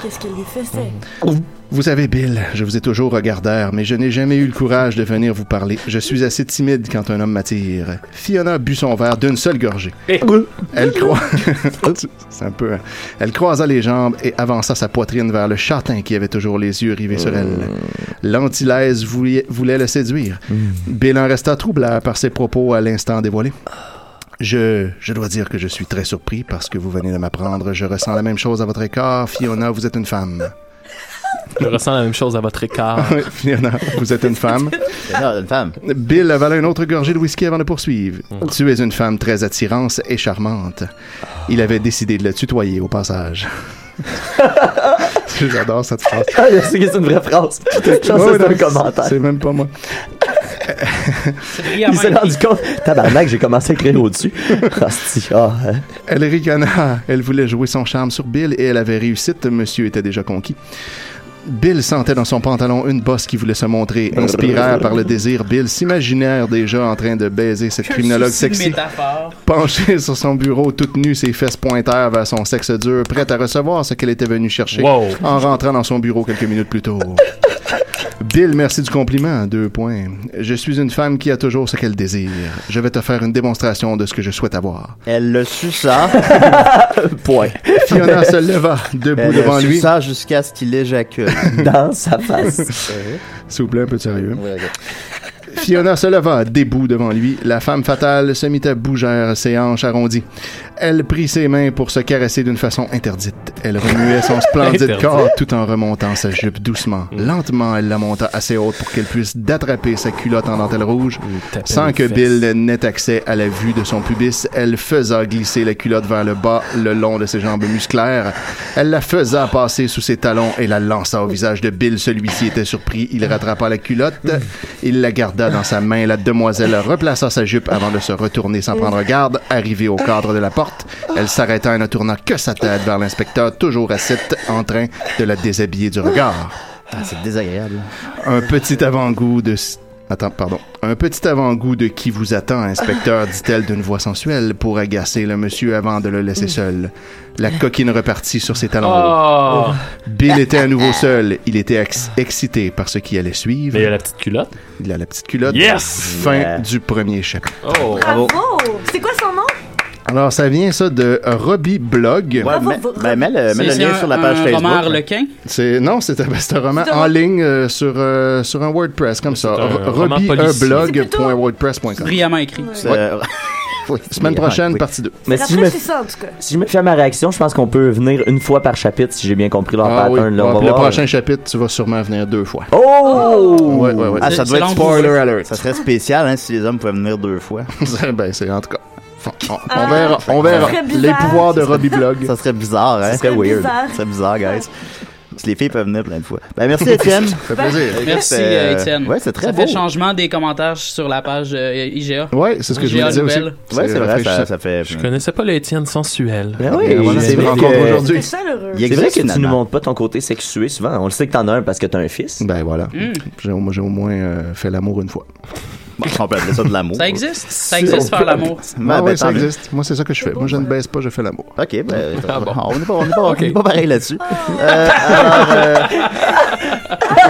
Qu'est-ce qu'elle lui faisait?
Vous savez, Bill, je vous ai toujours regardeur, mais je n'ai jamais eu le courage de venir vous parler. Je suis assez timide quand un homme m'attire. Fiona but son verre d'une seule gorgée.
Eh.
Elle croit. C'est un peu. hein. Elle croisa les jambes et avança sa poitrine vers le châtain qui avait toujours les yeux rivés sur elle. L'antilaise voulait, voulait le séduire. Bill en resta troublé par ses propos à l'instant dévoilés. Je, je dois dire que je suis très surpris parce que vous venez de m'apprendre. Je ressens la même chose à votre écart. Fiona, vous êtes une femme.
Je ressens la même chose à votre
Ah.
écart.
Oui, Fiona, vous êtes une femme. une femme. Bill avala une autre gorgée de whisky avant de poursuivre.
Mm.
Tu es une femme très attirante et charmante. Il avait décidé de la tutoyer au passage. J'adore cette phrase.
Ah, je sais que c'est une vraie phrase. Je pense que
Ouais,
c'est
non,
un commentaire.
C'est même pas moi.
Il s'est rendu compte, tabarnak, j'ai commencé à écrire au-dessus. Hostie, ah, hein.
Elle ricana. Elle voulait jouer son charme sur Bill et elle avait réussi. Monsieur était déjà conquis. Bill sentait dans son pantalon une bosse qui voulait se montrer. Inspiré par le désir, Bill s'imaginait déjà en train de baiser cette criminologue sexy. Penchée sur son bureau, toute nue, ses fesses pointèrent vers son sexe dur, prête à recevoir ce qu'elle était venue chercher
Wow.
en rentrant dans son bureau quelques minutes plus tôt. Bill, merci du compliment. Deux points. Je suis une femme qui a toujours ce qu'elle désire. Je vais te faire une démonstration de ce que je souhaite avoir.
Elle le suça.
Point.
Fiona se leva debout
Elle
devant
le
lui.
suça jusqu'à ce qu'il éjacule.
Dans sa face.
S'il vous plaît, un peu de sérieux. Fiona se leva, débout devant lui. La femme fatale se mit à bouger ses hanches arrondies. Elle prit ses mains pour se caresser d'une façon interdite. Elle remuait son splendide
Interdite.
corps tout en remontant sa jupe doucement.
Mm.
Lentement, elle la monta assez haute pour qu'elle puisse d'attraper sa culotte en dentelle rouge. Sans
les
que
fesses.
Bill n'ait accès à la vue de son pubis, elle faisa glisser la culotte vers le bas le long de ses jambes musclaires. Elle la faisa passer sous ses talons et la lança au visage de Bill. Celui-ci était surpris. Il rattrapa la culotte. Il la garda dans sa main. La demoiselle replaça sa jupe avant de se retourner sans prendre garde. Arrivée au cadre de la porte, elle s'arrêta et ne tourna que sa tête vers l'inspecteur, toujours assis, en train de la déshabiller du regard.
c'est désagréable.
Un petit avant-goût de... Attends, pardon. Un petit avant-goût de qui vous attend, inspecteur, dit-elle d'une voix sensuelle pour agacer le monsieur avant de le laisser seul. La coquine repartit sur ses talons.
Oh.
hauts. Bill était à nouveau seul. Il était ex- excité par ce qui allait suivre. il a la petite culotte. Il a la petite culotte.
Yes!
Fin
Yeah.
du premier chapitre.
Oh,
Bravo! C'est quoi son nom?
Alors, ça vient, ça, de Robbie Blog.
Bravo, mais- bravo. ben, mets
le- mets le C'est- lien c'est sur la un- page un Facebook. roman harlequin?
C'est, non, c'était ben, c'est un roman
C'est un
en
roman.
ligne euh, sur, euh, sur un WordPress, comme ça.
un roman policier. C'est plutôt-
RobbieBlog.wordpress.com.
Brillamment écrit.
Ouais. Semaine prochaine,
oui.
partie 2.
Mais si je me,
rafraîchissant, en tout cas.
si je me fie à ma réaction, je pense qu'on peut venir une fois par chapitre, si j'ai bien compris leur
Ah oui.
pattern. là, on
Ouais,
va
puis le
voir.
prochain chapitre, tu vas sûrement venir deux fois.
Oh!
Ouais, ouais, ouais.
Ah, ça
C'est-
doit
c'est
être
l'angoisse.
spoiler alert. Ça serait spécial hein, si les hommes pouvaient venir deux fois.
ben, c'est en tout cas. On, on verra, on verra. Les pouvoirs de Robbie Blog.
Ça serait bizarre, hein? Ça
serait weird. bizarre.
Ça serait bizarre, guys. Parce que les filles peuvent venir plein de fois. Ben, merci, Étienne.
Ça fait plaisir.
Écoute,
Merci,
euh,
euh, Étienne.
Ouais, c'est très
ça
beau.
fait changement des commentaires sur la page euh, IGA.
Ouais, c'est ce que je
IGA
voulais dire aussi.
nouvelle.
Ouais, c'est vrai, ça, ça fait.
Je connaissais pas le Étienne sensuel.
Ben oui,
c'est
vrai
encore
que-
aujourd'hui.
C'est vrai que tu nous montres pas ton côté sexué souvent. On le sait que t'en as un parce que t'as un fils.
Ben voilà.
Mm.
J'ai, moi, j'ai au moins euh, fait l'amour une fois.
on peut appeler ça de l'amour.
Ça existe. Ça existe, faire l'amour.
Moi,
Ah, ben,
ça
tant mieux.
existe. Moi, c'est ça que je fais. Moi, je ne baisse pas, je fais l'amour. Ah,
Ok, ben, on n'est pas, on est pas, on est pas pareil là-dessus.
Oh.
Euh, alors, euh,
Ah,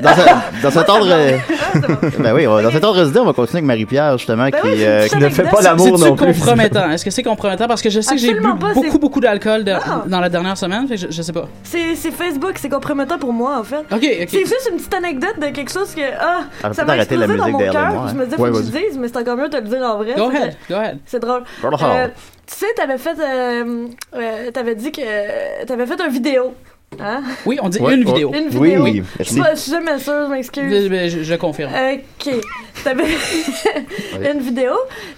dans, ce- dans cet ordre, euh, ben oui, on- dans cet ordre d'idée, on va continuer avec Marie-Pierre justement
Ben
qui, euh, qui ne fait pas l'amour non plus.
C'est-tu compromettant? Est-ce que c'est compromettant? Parce que je sais que j'ai bu
Absolument pas, c'est-
beaucoup, beaucoup d'alcool de- dans la dernière semaine. fait que Je, je sais pas.
C'est c'est Facebook, c'est compromettant pour moi, en fait. C'est juste une petite anecdote de quelque chose que. Ah,
Arrête
ça m'a
d'arrêter la
explosé dans
musique
mon
derrière moi,
cœur. puis
hein.
Je me disais,
Ouais,
faut que je
vas-y.
dise, mais c'est encore mieux de le dire en vrai.
Go
C'est-
ahead, go ahead.
C'est drôle.
Go ahead.
Euh, tu sais, t'avais fait. euh, euh, t'avais dit que. T'avais fait un vidéo. Hein?
Oui, on dit Ouais, une ouais. vidéo.
Une
Oui,
vidéo.
oui,
Je
merci.
suis pas- je suis jamais sûre, je m'excuse.
Je, ben, je- je confirme.
euh, Ok. T'avais une vidéo.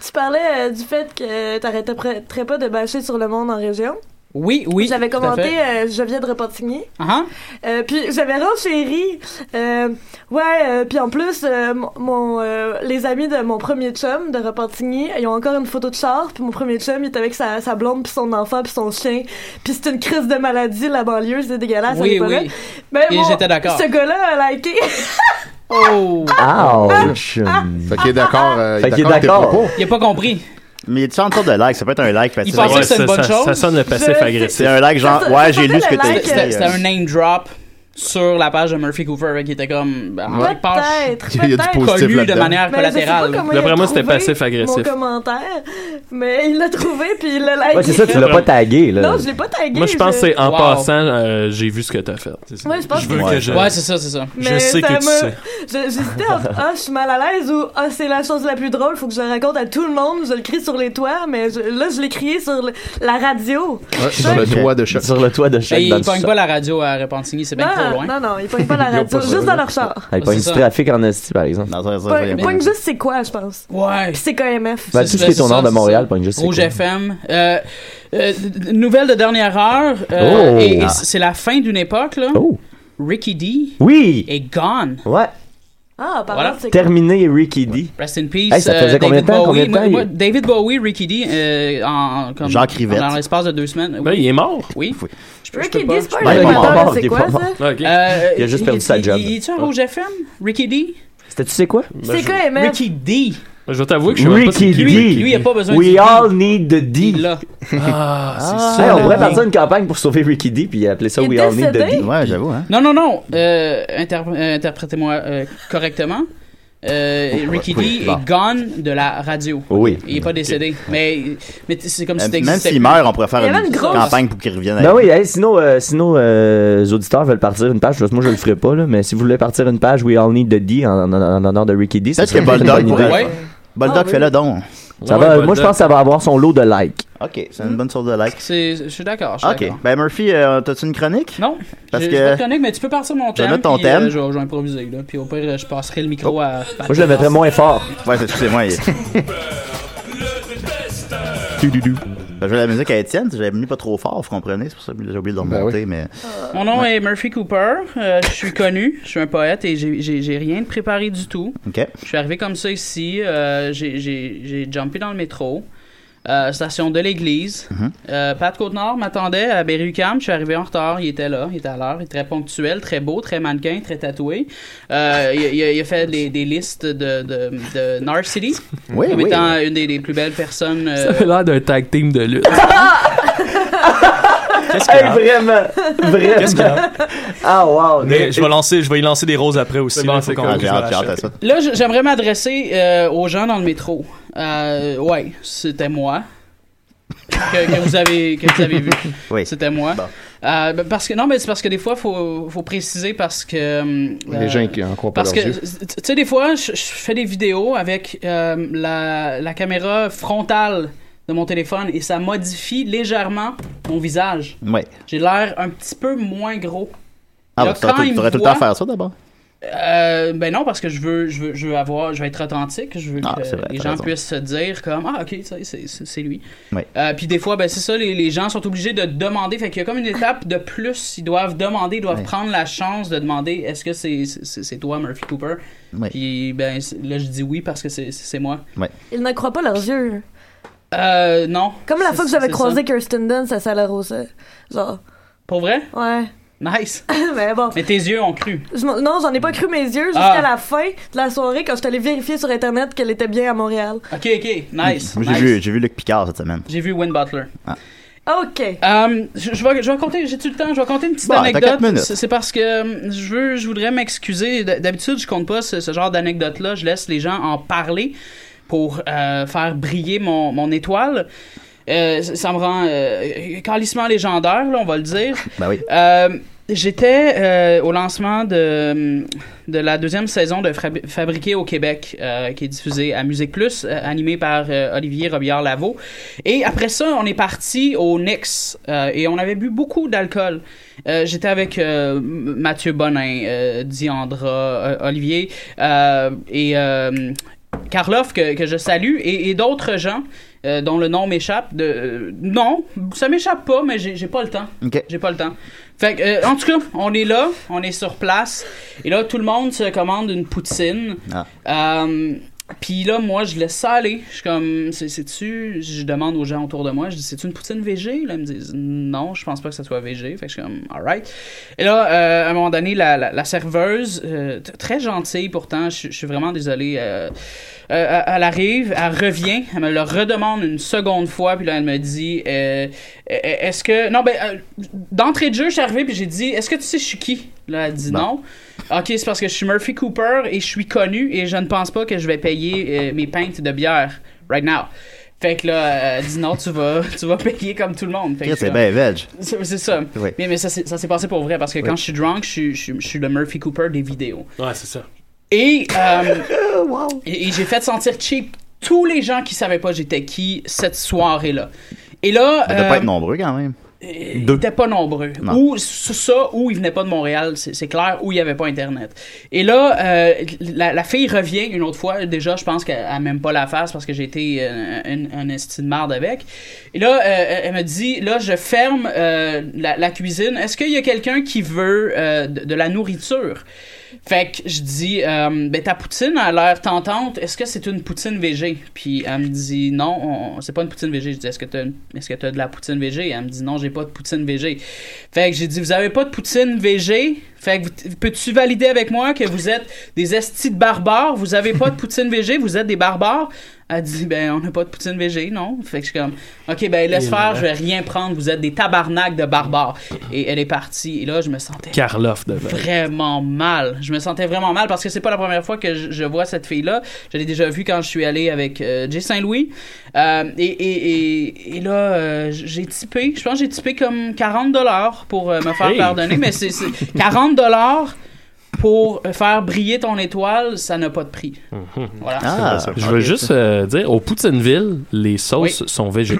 Tu parlais euh, du fait que t'arrêterais pas de bâcher sur le monde en région.
Oui, oui.
J'avais
tout à
commenté
fait.
euh, Je viens de Repentigny.
Ah
Euh, puis j'avais renchéri. Euh, ouais, euh, puis en plus, euh, mon- mon, euh, les amis de mon premier chum de Repentigny, ils ont encore une photo de char. Puis mon premier chum, il était avec sa, sa blonde, puis son enfant, puis son chien. Puis c'est une crise de maladie, la banlieue, c'est dégueulasse.
Oui,
on est pas
oui.
là. Mais
Et
bon,
j'étais d'accord.
Ce gars-là a liké.
oh!
Ah. Ouch!
Fait qu'il est d'accord. euh,
Fait qu'il est
avec tes
d'accord.
propos.
Il a pas compris.
Mais tu sens une sorte de like, ça peut être un like passif.
Il pensait que c'était une bonne chose.
C'est un like genre, ouais, j'ai lu ce que t'as écrit.
C'était c'était
euh,
un name drop sur la page de Murphy Cooper qui était comme. ben,
Ouais.
il pense-
Peut-être, Il y a du peut-être. positif
Connu de
là-dedans.
manière
Mais je sais pas
collatérale.
comment il a trouvé Mon commentaire, mais il l'a trouvé puis il l'a liké.
Ouais, c'est ça, tu l'as pas
tagué,
Non, je l'ai pas tagué.
Moi, je pense que c'est en
Wow.
passant, euh, j'ai vu ce que t'as fait.
Ouais, je pense
Je veux
que-
que je-
Ouais, c'est ça, c'est ça.
Mais ça m'a- je- J'hésitais entre ah, je suis mal à l'aise ou ah, c'est la chose la plus drôle, faut que je le raconte à tout le monde, je le crie sur les toits, mais je- là, je l'ai crié sur le- la radio.
Ouais, sur le toit de choc.
Sur le toit de
Ben,
choc.
il
dans le
pogne
sous-sol.
pas la radio à Repentigny, c'est bien trop
Non,
loin.
non, non, ils pognent pas la
Ils ont
radio,
pas ça,
juste
là.
dans leur char.
Ah, Il pogne
C'est
du
ça.
trafic en Esti, par exemple.
Pognent pognent juste c'est quoi, je pense.
Ouais.
c'est KMF.
Ben, tout ce qui est au nord de Montréal, pogne juste c'est
Rouge
quoi.
FM. Euh, euh, d- nouvelle de dernière heure. euh,
Oh.
Et, et
Ah.
c'est la fin d'une époque, là. Ricky D
Oui!
est gone.
Ouais.
Ah, par
Voilà.
contre, c'est
Terminé Ricky D.
Rest in peace.
Hey, ça
euh,
faisait combien
David
de
Bowie.
temps, combien de
Moi-
temps,
moi,
il-
David Bowie, Ricky D, euh, en, en- comme,
Jacques Rivette.
dans l'espace de deux semaines.
Ben, il est mort.
Oui. Je peux- je peux
Ricky D,
pas-
c'est
je
pas
peux
un
pas-
animateur, c'est
mort, Ben, il est
quoi
pas mort.
ça?
Euh,
Il a juste perdu sa job.
Il est-tu à Rouge FM? Ricky D?
C'était, tu sais quoi?
Ben,
C'est quoi,
MF?
Ricky D.
Je vais t'avouer que je sais même pas
Ricky
c'est
D.
qui.
lui, il a pas besoin
We
du D.
all need the D.
Ah,
c'est
Hey,
ça,
on pourrait
le
partir une campagne pour sauver Ricky D puis appeler ça
Il est
We all need the
décédé?
D.
Ouais, j'avoue, hein.
Non, non, non. Euh, interpr- euh, Interprétez-moi euh, correctement. Euh,
Oh,
Ricky
oui,
D
bon.
est gone de la radio.
Oui.
Il est pas décédé. Mais, mais c'est comme si
Même
t'existais
s'il
plus.
meurt, on pourrait faire
Il y avait
une,
une grosse-
campagne pour qu'il revienne.
Ben oui, hey, sinon, euh, sinon euh, les auditeurs veulent partir une page. parce que Moi, je le ferai pas, là, mais si vous voulez partir une page We All Need the D en, en- en honneur de Ricky D, ça
Peut-être que
serait une
Bulldog
bonne
pourrait.
idée.
Ouais. Ah Bulldog
Ah
fait le don.
Ça va, moi, je pense que ça va avoir son lot de likes.
Ok, c'est une bonne source de likes.
C'est- Je suis d'accord. je suis
Ok,
d'accord.
ben Murphy, euh, t'as-tu une chronique?
Non.
Parce
J'ai-
que-
j'ai pas de chronique, mais tu peux partir mon
Je
thème.
note ton
puis, euh,
thème.
je, vais- je vais improviser. Là, puis au pire, je passerai le micro à.
Oh.
Moi, je le mettrais moins fort.
Ouais, excusez-moi. il- Ben, je vais la musique à Étienne, j'avais mis pas trop fort, vous comprenez, c'est pour ça que j'ai oublié
Ben
de le remonter, mais...
Mon nom est Murphy Cooper. euh, je suis connu. Je suis un poète et j'ai- j'ai j'ai rien de préparé du tout.
Ok.
Je suis arrivé comme ça ici. euh, j'ai- j'ai j'ai jumpé dans le métro. euh, station de l'église.
Mhm.
Euh, Pat Côtenard m'attendait à Berry-UQAM. Je suis arrivé en retard. Il était là. Il était à l'heure. Il était très ponctuel, très beau, très mannequin, très tatoué. Euh, il, il a, il a fait des, des listes de, de, de Narcity.
Oui,
comme
oui.
étant une des, des plus belles personnes. euh,
Ça avait l'air d'un tag team de lutte.
Ah,
Qu'est-ce qu'il y a? vraiment, vraiment.
Qu'est-ce qu'il y a?
Ah,
Oh,
wow.
Mais je vais, lancer, je vais y lancer des roses après aussi. là, faut qu'on-
cool.
faut que je
J'ai hâte,
lâche.
j'ai hâte à ça.
Là, j- j'aimerais m'adresser euh, aux gens dans le métro. Euh, ouais, c'était moi. Que, que vous avez que vous avez vu
Oui.
c'était moi Euh, ben, parce que non mais c'est parce que des fois faut faut préciser parce que hum,
Les
euh,
gens qui en croient pas
parce
leurs
que
yeux.
tu tu sais des fois je, je fais des vidéos avec euh, la, la caméra frontale de mon téléphone et ça modifie légèrement mon visage
Ouais.
j'ai l'air un petit peu moins gros
Ah,
Là,
bah, t'aurais
quand ils
tout,
me
t'aurais tout le temps
voient-
faire ça d'abord.
euh, ben non, parce que je veux, je veux, je veux avoir, je veux être authentique. Je veux
Ah,
que
c'est vrai,
les
t'as
gens
raison.
puissent se dire comme ah ok, ça, c'est, c'est, c'est lui.
Ouais.
Euh, puis des fois, ben c'est ça, les, les gens sont obligés de demander. Fait qu'il y a comme une étape de plus. Ils doivent demander, ils doivent
Ouais.
prendre la chance de demander est-ce que c'est, c'est, c'est toi, Murphy Cooper.
Ouais.
Puis ben c'est- là, je dis oui parce que c'est, c'est, c'est moi.
Ouais.
Ils ne croient pas leurs yeux.
Euh, non.
Comme la
C'est-
fois que j'avais
c'est
croisé
ça.
Kirsten Dunst à Salarosa. Genre,
Pour vrai?
ouais.
Nice.
Mais bon.
Mais tes yeux ont cru.
Je m'en- non, j'en ai pas cru mes yeux jusqu'à
Ah.
la fin de la soirée quand je suis allée vérifier sur Internet qu'elle était bien à Montréal.
Ok, ok, nice.
Moi, j'ai
nice.
vu, j'ai vu Luc Picard cette semaine. Ah,
J'ai vu Wayne Butler.
OK.
je, je vais, je vais raconter, j'ai-tu le temps? Je vais raconter une petite
Bon, Bah, t'as quatre
anecdote.
minutes.
C'est c'est parce que hum, je veux, je voudrais m'excuser. D- D'habitude, je compte pas ce, ce genre d'anecdote-là. Je laisse les gens en parler pour euh, faire briller mon, mon étoile. Euh, c- ça me rend euh, calissement légendaire, là, on va le dire.
Ben oui.
Euh, J'étais euh, au lancement de, de la deuxième saison de Fabri- Fabriqué au Québec, euh, qui est diffusée à Musique Plus, euh, animée par euh, Olivier Robillard-Lavaux. Et après ça, on est parti au Nix euh, et on avait bu beaucoup d'alcool. Euh, J'étais avec euh, M- Mathieu Bonin, euh, Diandra, euh, Olivier euh, et euh, Karloff, que, que je salue, et, et d'autres gens euh, dont le nom m'échappe. De... euh, non, ça m'échappe pas, mais j'ai j'ai pas le temps.
Ok.
J'ai pas le temps. Fait que, euh, en tout cas, on est là, on est sur place, et là, tout le monde se commande une poutine.
Ah.
Euh, puis là, moi, je laisse ça aller. Je suis comme, c'est- c'est-tu. Je demande aux gens autour de moi, je dis, c'est-tu une poutine VG? Là, ils me disent, non, je pense pas que ça soit VG. Fait que je suis comme, alright. Et là, euh, à un moment donné, la, la- la serveuse, euh, t- très gentille pourtant, je je suis vraiment désolé. euh, euh, elle arrive, elle revient, elle me le redemande une seconde fois, puis là, elle me dit, euh, euh, est-ce que. Non, ben, euh, d'entrée de jeu, je suis arrivé, puis j'ai dit, est-ce que tu sais, je suis qui? Là, elle dit
Bon.
non. Ok, c'est parce que je suis Murphy Cooper et je suis connu et je ne pense pas que je vais payer euh, mes pintes de bière right now. Fait que là, elle dit non, tu vas, tu vas payer comme tout le monde. Fait que
Chris, C'est
je suis
bien veg.
c'est c'est ça.
Oui.
Mais, mais ça, s'est- ça s'est passé pour vrai parce que
Oui.
quand je suis drunk, je, suis- je suis- je suis le Murphy Cooper des vidéos.
Ouais, c'est ça.
Et, euh, et, et j'ai fait sentir cheap tous les gens qui savaient pas j'étais qui cette soirée-là. Et là.
Ça doit pas
euh,
être nombreux quand même.
ils n'étaient pas nombreux.
Non.
Ou s- ça, ou ils venaient pas de Montréal, c'est c'est clair, ou il n'y avait pas Internet. Et là, euh, la, la fille revient une autre fois. Déjà, je pense qu'elle n'a même pas la face parce que j'ai été euh, une, une esti de marde avec. Et là, euh, elle me dit, là, je ferme euh, la, la cuisine. Est-ce qu'il y a quelqu'un qui veut euh, de, de la nourriture? Fait que je dis, euh, ben ta poutine a l'air tentante, est-ce que c'est une poutine VG? Puis elle me dit, non, on- c'est pas une poutine VG. Je dis, est-ce que t'as est que as de la poutine VG? Elle me dit, non, j'ai pas de poutine VG. Fait que j'ai dit, vous avez pas de poutine VG? Fait que vous- peux-tu valider avec moi que vous êtes des estis de barbares? Vous avez pas de poutine VG, vous êtes des barbares? Elle dit, ben, on n'a pas de poutine VG, non? Fait que je suis comme, ok, ben, laisse
Et
faire,
là.
je vais rien prendre, vous êtes des tabarnaks de barbares. Et elle est partie, et là, je me sentais
Karloff devant.
vraiment mal. Je me sentais vraiment mal parce que c'est pas la première fois que je, je vois cette fille-là. Je l'ai déjà vue quand je suis allé avec euh, Jay Saint-Louis. Euh, et, et, et, et là, euh, j'ai typé, je pense que j'ai typé comme 40 dollars pour euh, me faire
Hey!
pardonner, mais c'est c'est- 40 dollars pour euh, faire briller ton étoile, ça n'a pas de prix. Voilà.
Mhm.
Ah.
je veux juste euh, dire, au Poutineville, les sauces sont végé.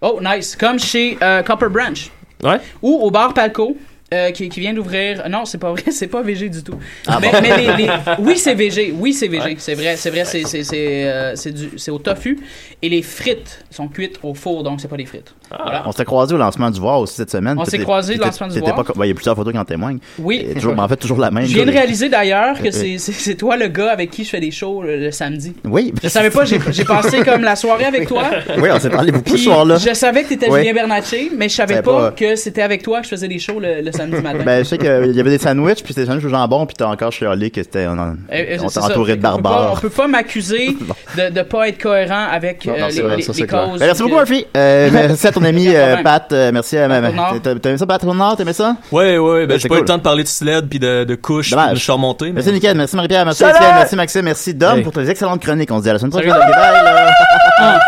Oh, nice. Comme chez euh, Copper Branch.
Ouais.
Ou au bar Palco. euh, qui, qui vient d'ouvrir. Non, c'est pas vrai, c'est pas VG du tout.
Ah
mais,
bon?
mais les- les- oui, c'est VG, oui, c'est VG. C'est vrai, c'est vrai, c'est c'est- c'est, euh, c'est du- c'est au tofu. Et les frites sont cuites au four, donc c'est pas des frites.
Ah.
Voilà.
On s'est croisés au lancement du voir aussi cette semaine.
On
T'étais-
s'est croisés au
t'étais-
lancement du
t'étais
voir.
pas co- ben, Il y a plusieurs photos qui en témoignent.
Oui.
Et toujours- mais en fait, toujours la même.
Je viens de
Là, les-
réaliser d'ailleurs que c'est-
Euh,
c'est c'est toi le gars avec qui je fais des shows le, le samedi.
Oui.
Je savais pas, j'ai j'ai passé comme la soirée avec toi.
Oui, on s'est parlé beaucoup
Puis
ce soir-là.
Je savais que t'étais
Oui.
Julien Bernatchez, mais je savais
Savais pas.
pas, que c'était avec toi que je faisais des shows le, le samedi matin.
Ben, je sais qu'il y avait des sandwichs, puis c'était des sandwichs au jambon, puis t'as encore chialé que c'était. On, en-
Euh, euh,
on
c'est
t'a
ça.
entouré de
Fait qu'on peut pas- On
barbares.
peut pas m'accuser de ne pas être cohérent avec euh, les, les- les causes.
Ben, merci beaucoup,
que-
Murphy. Euh, merci à ton ami
Pas de
euh,
problème.
Pat. euh, merci à ma.
Tournard.
T'as t'as aimé ça, Pat Tournard? T'aimais ça?
Ouais, ouais, ouais. Ben,
Ben,
j'ai
c'est
pas eu le
cool.
temps de parler de sled puis de, de couches puis
Dommage.
de me remonter.
Merci Nickel, merci Marie-Pierre, merci
Salut!
Étienne, merci Maxime, merci Dom pour tes excellentes chroniques. On se dit à la semaine prochaine.
Salut.
Ah.
Bye, là.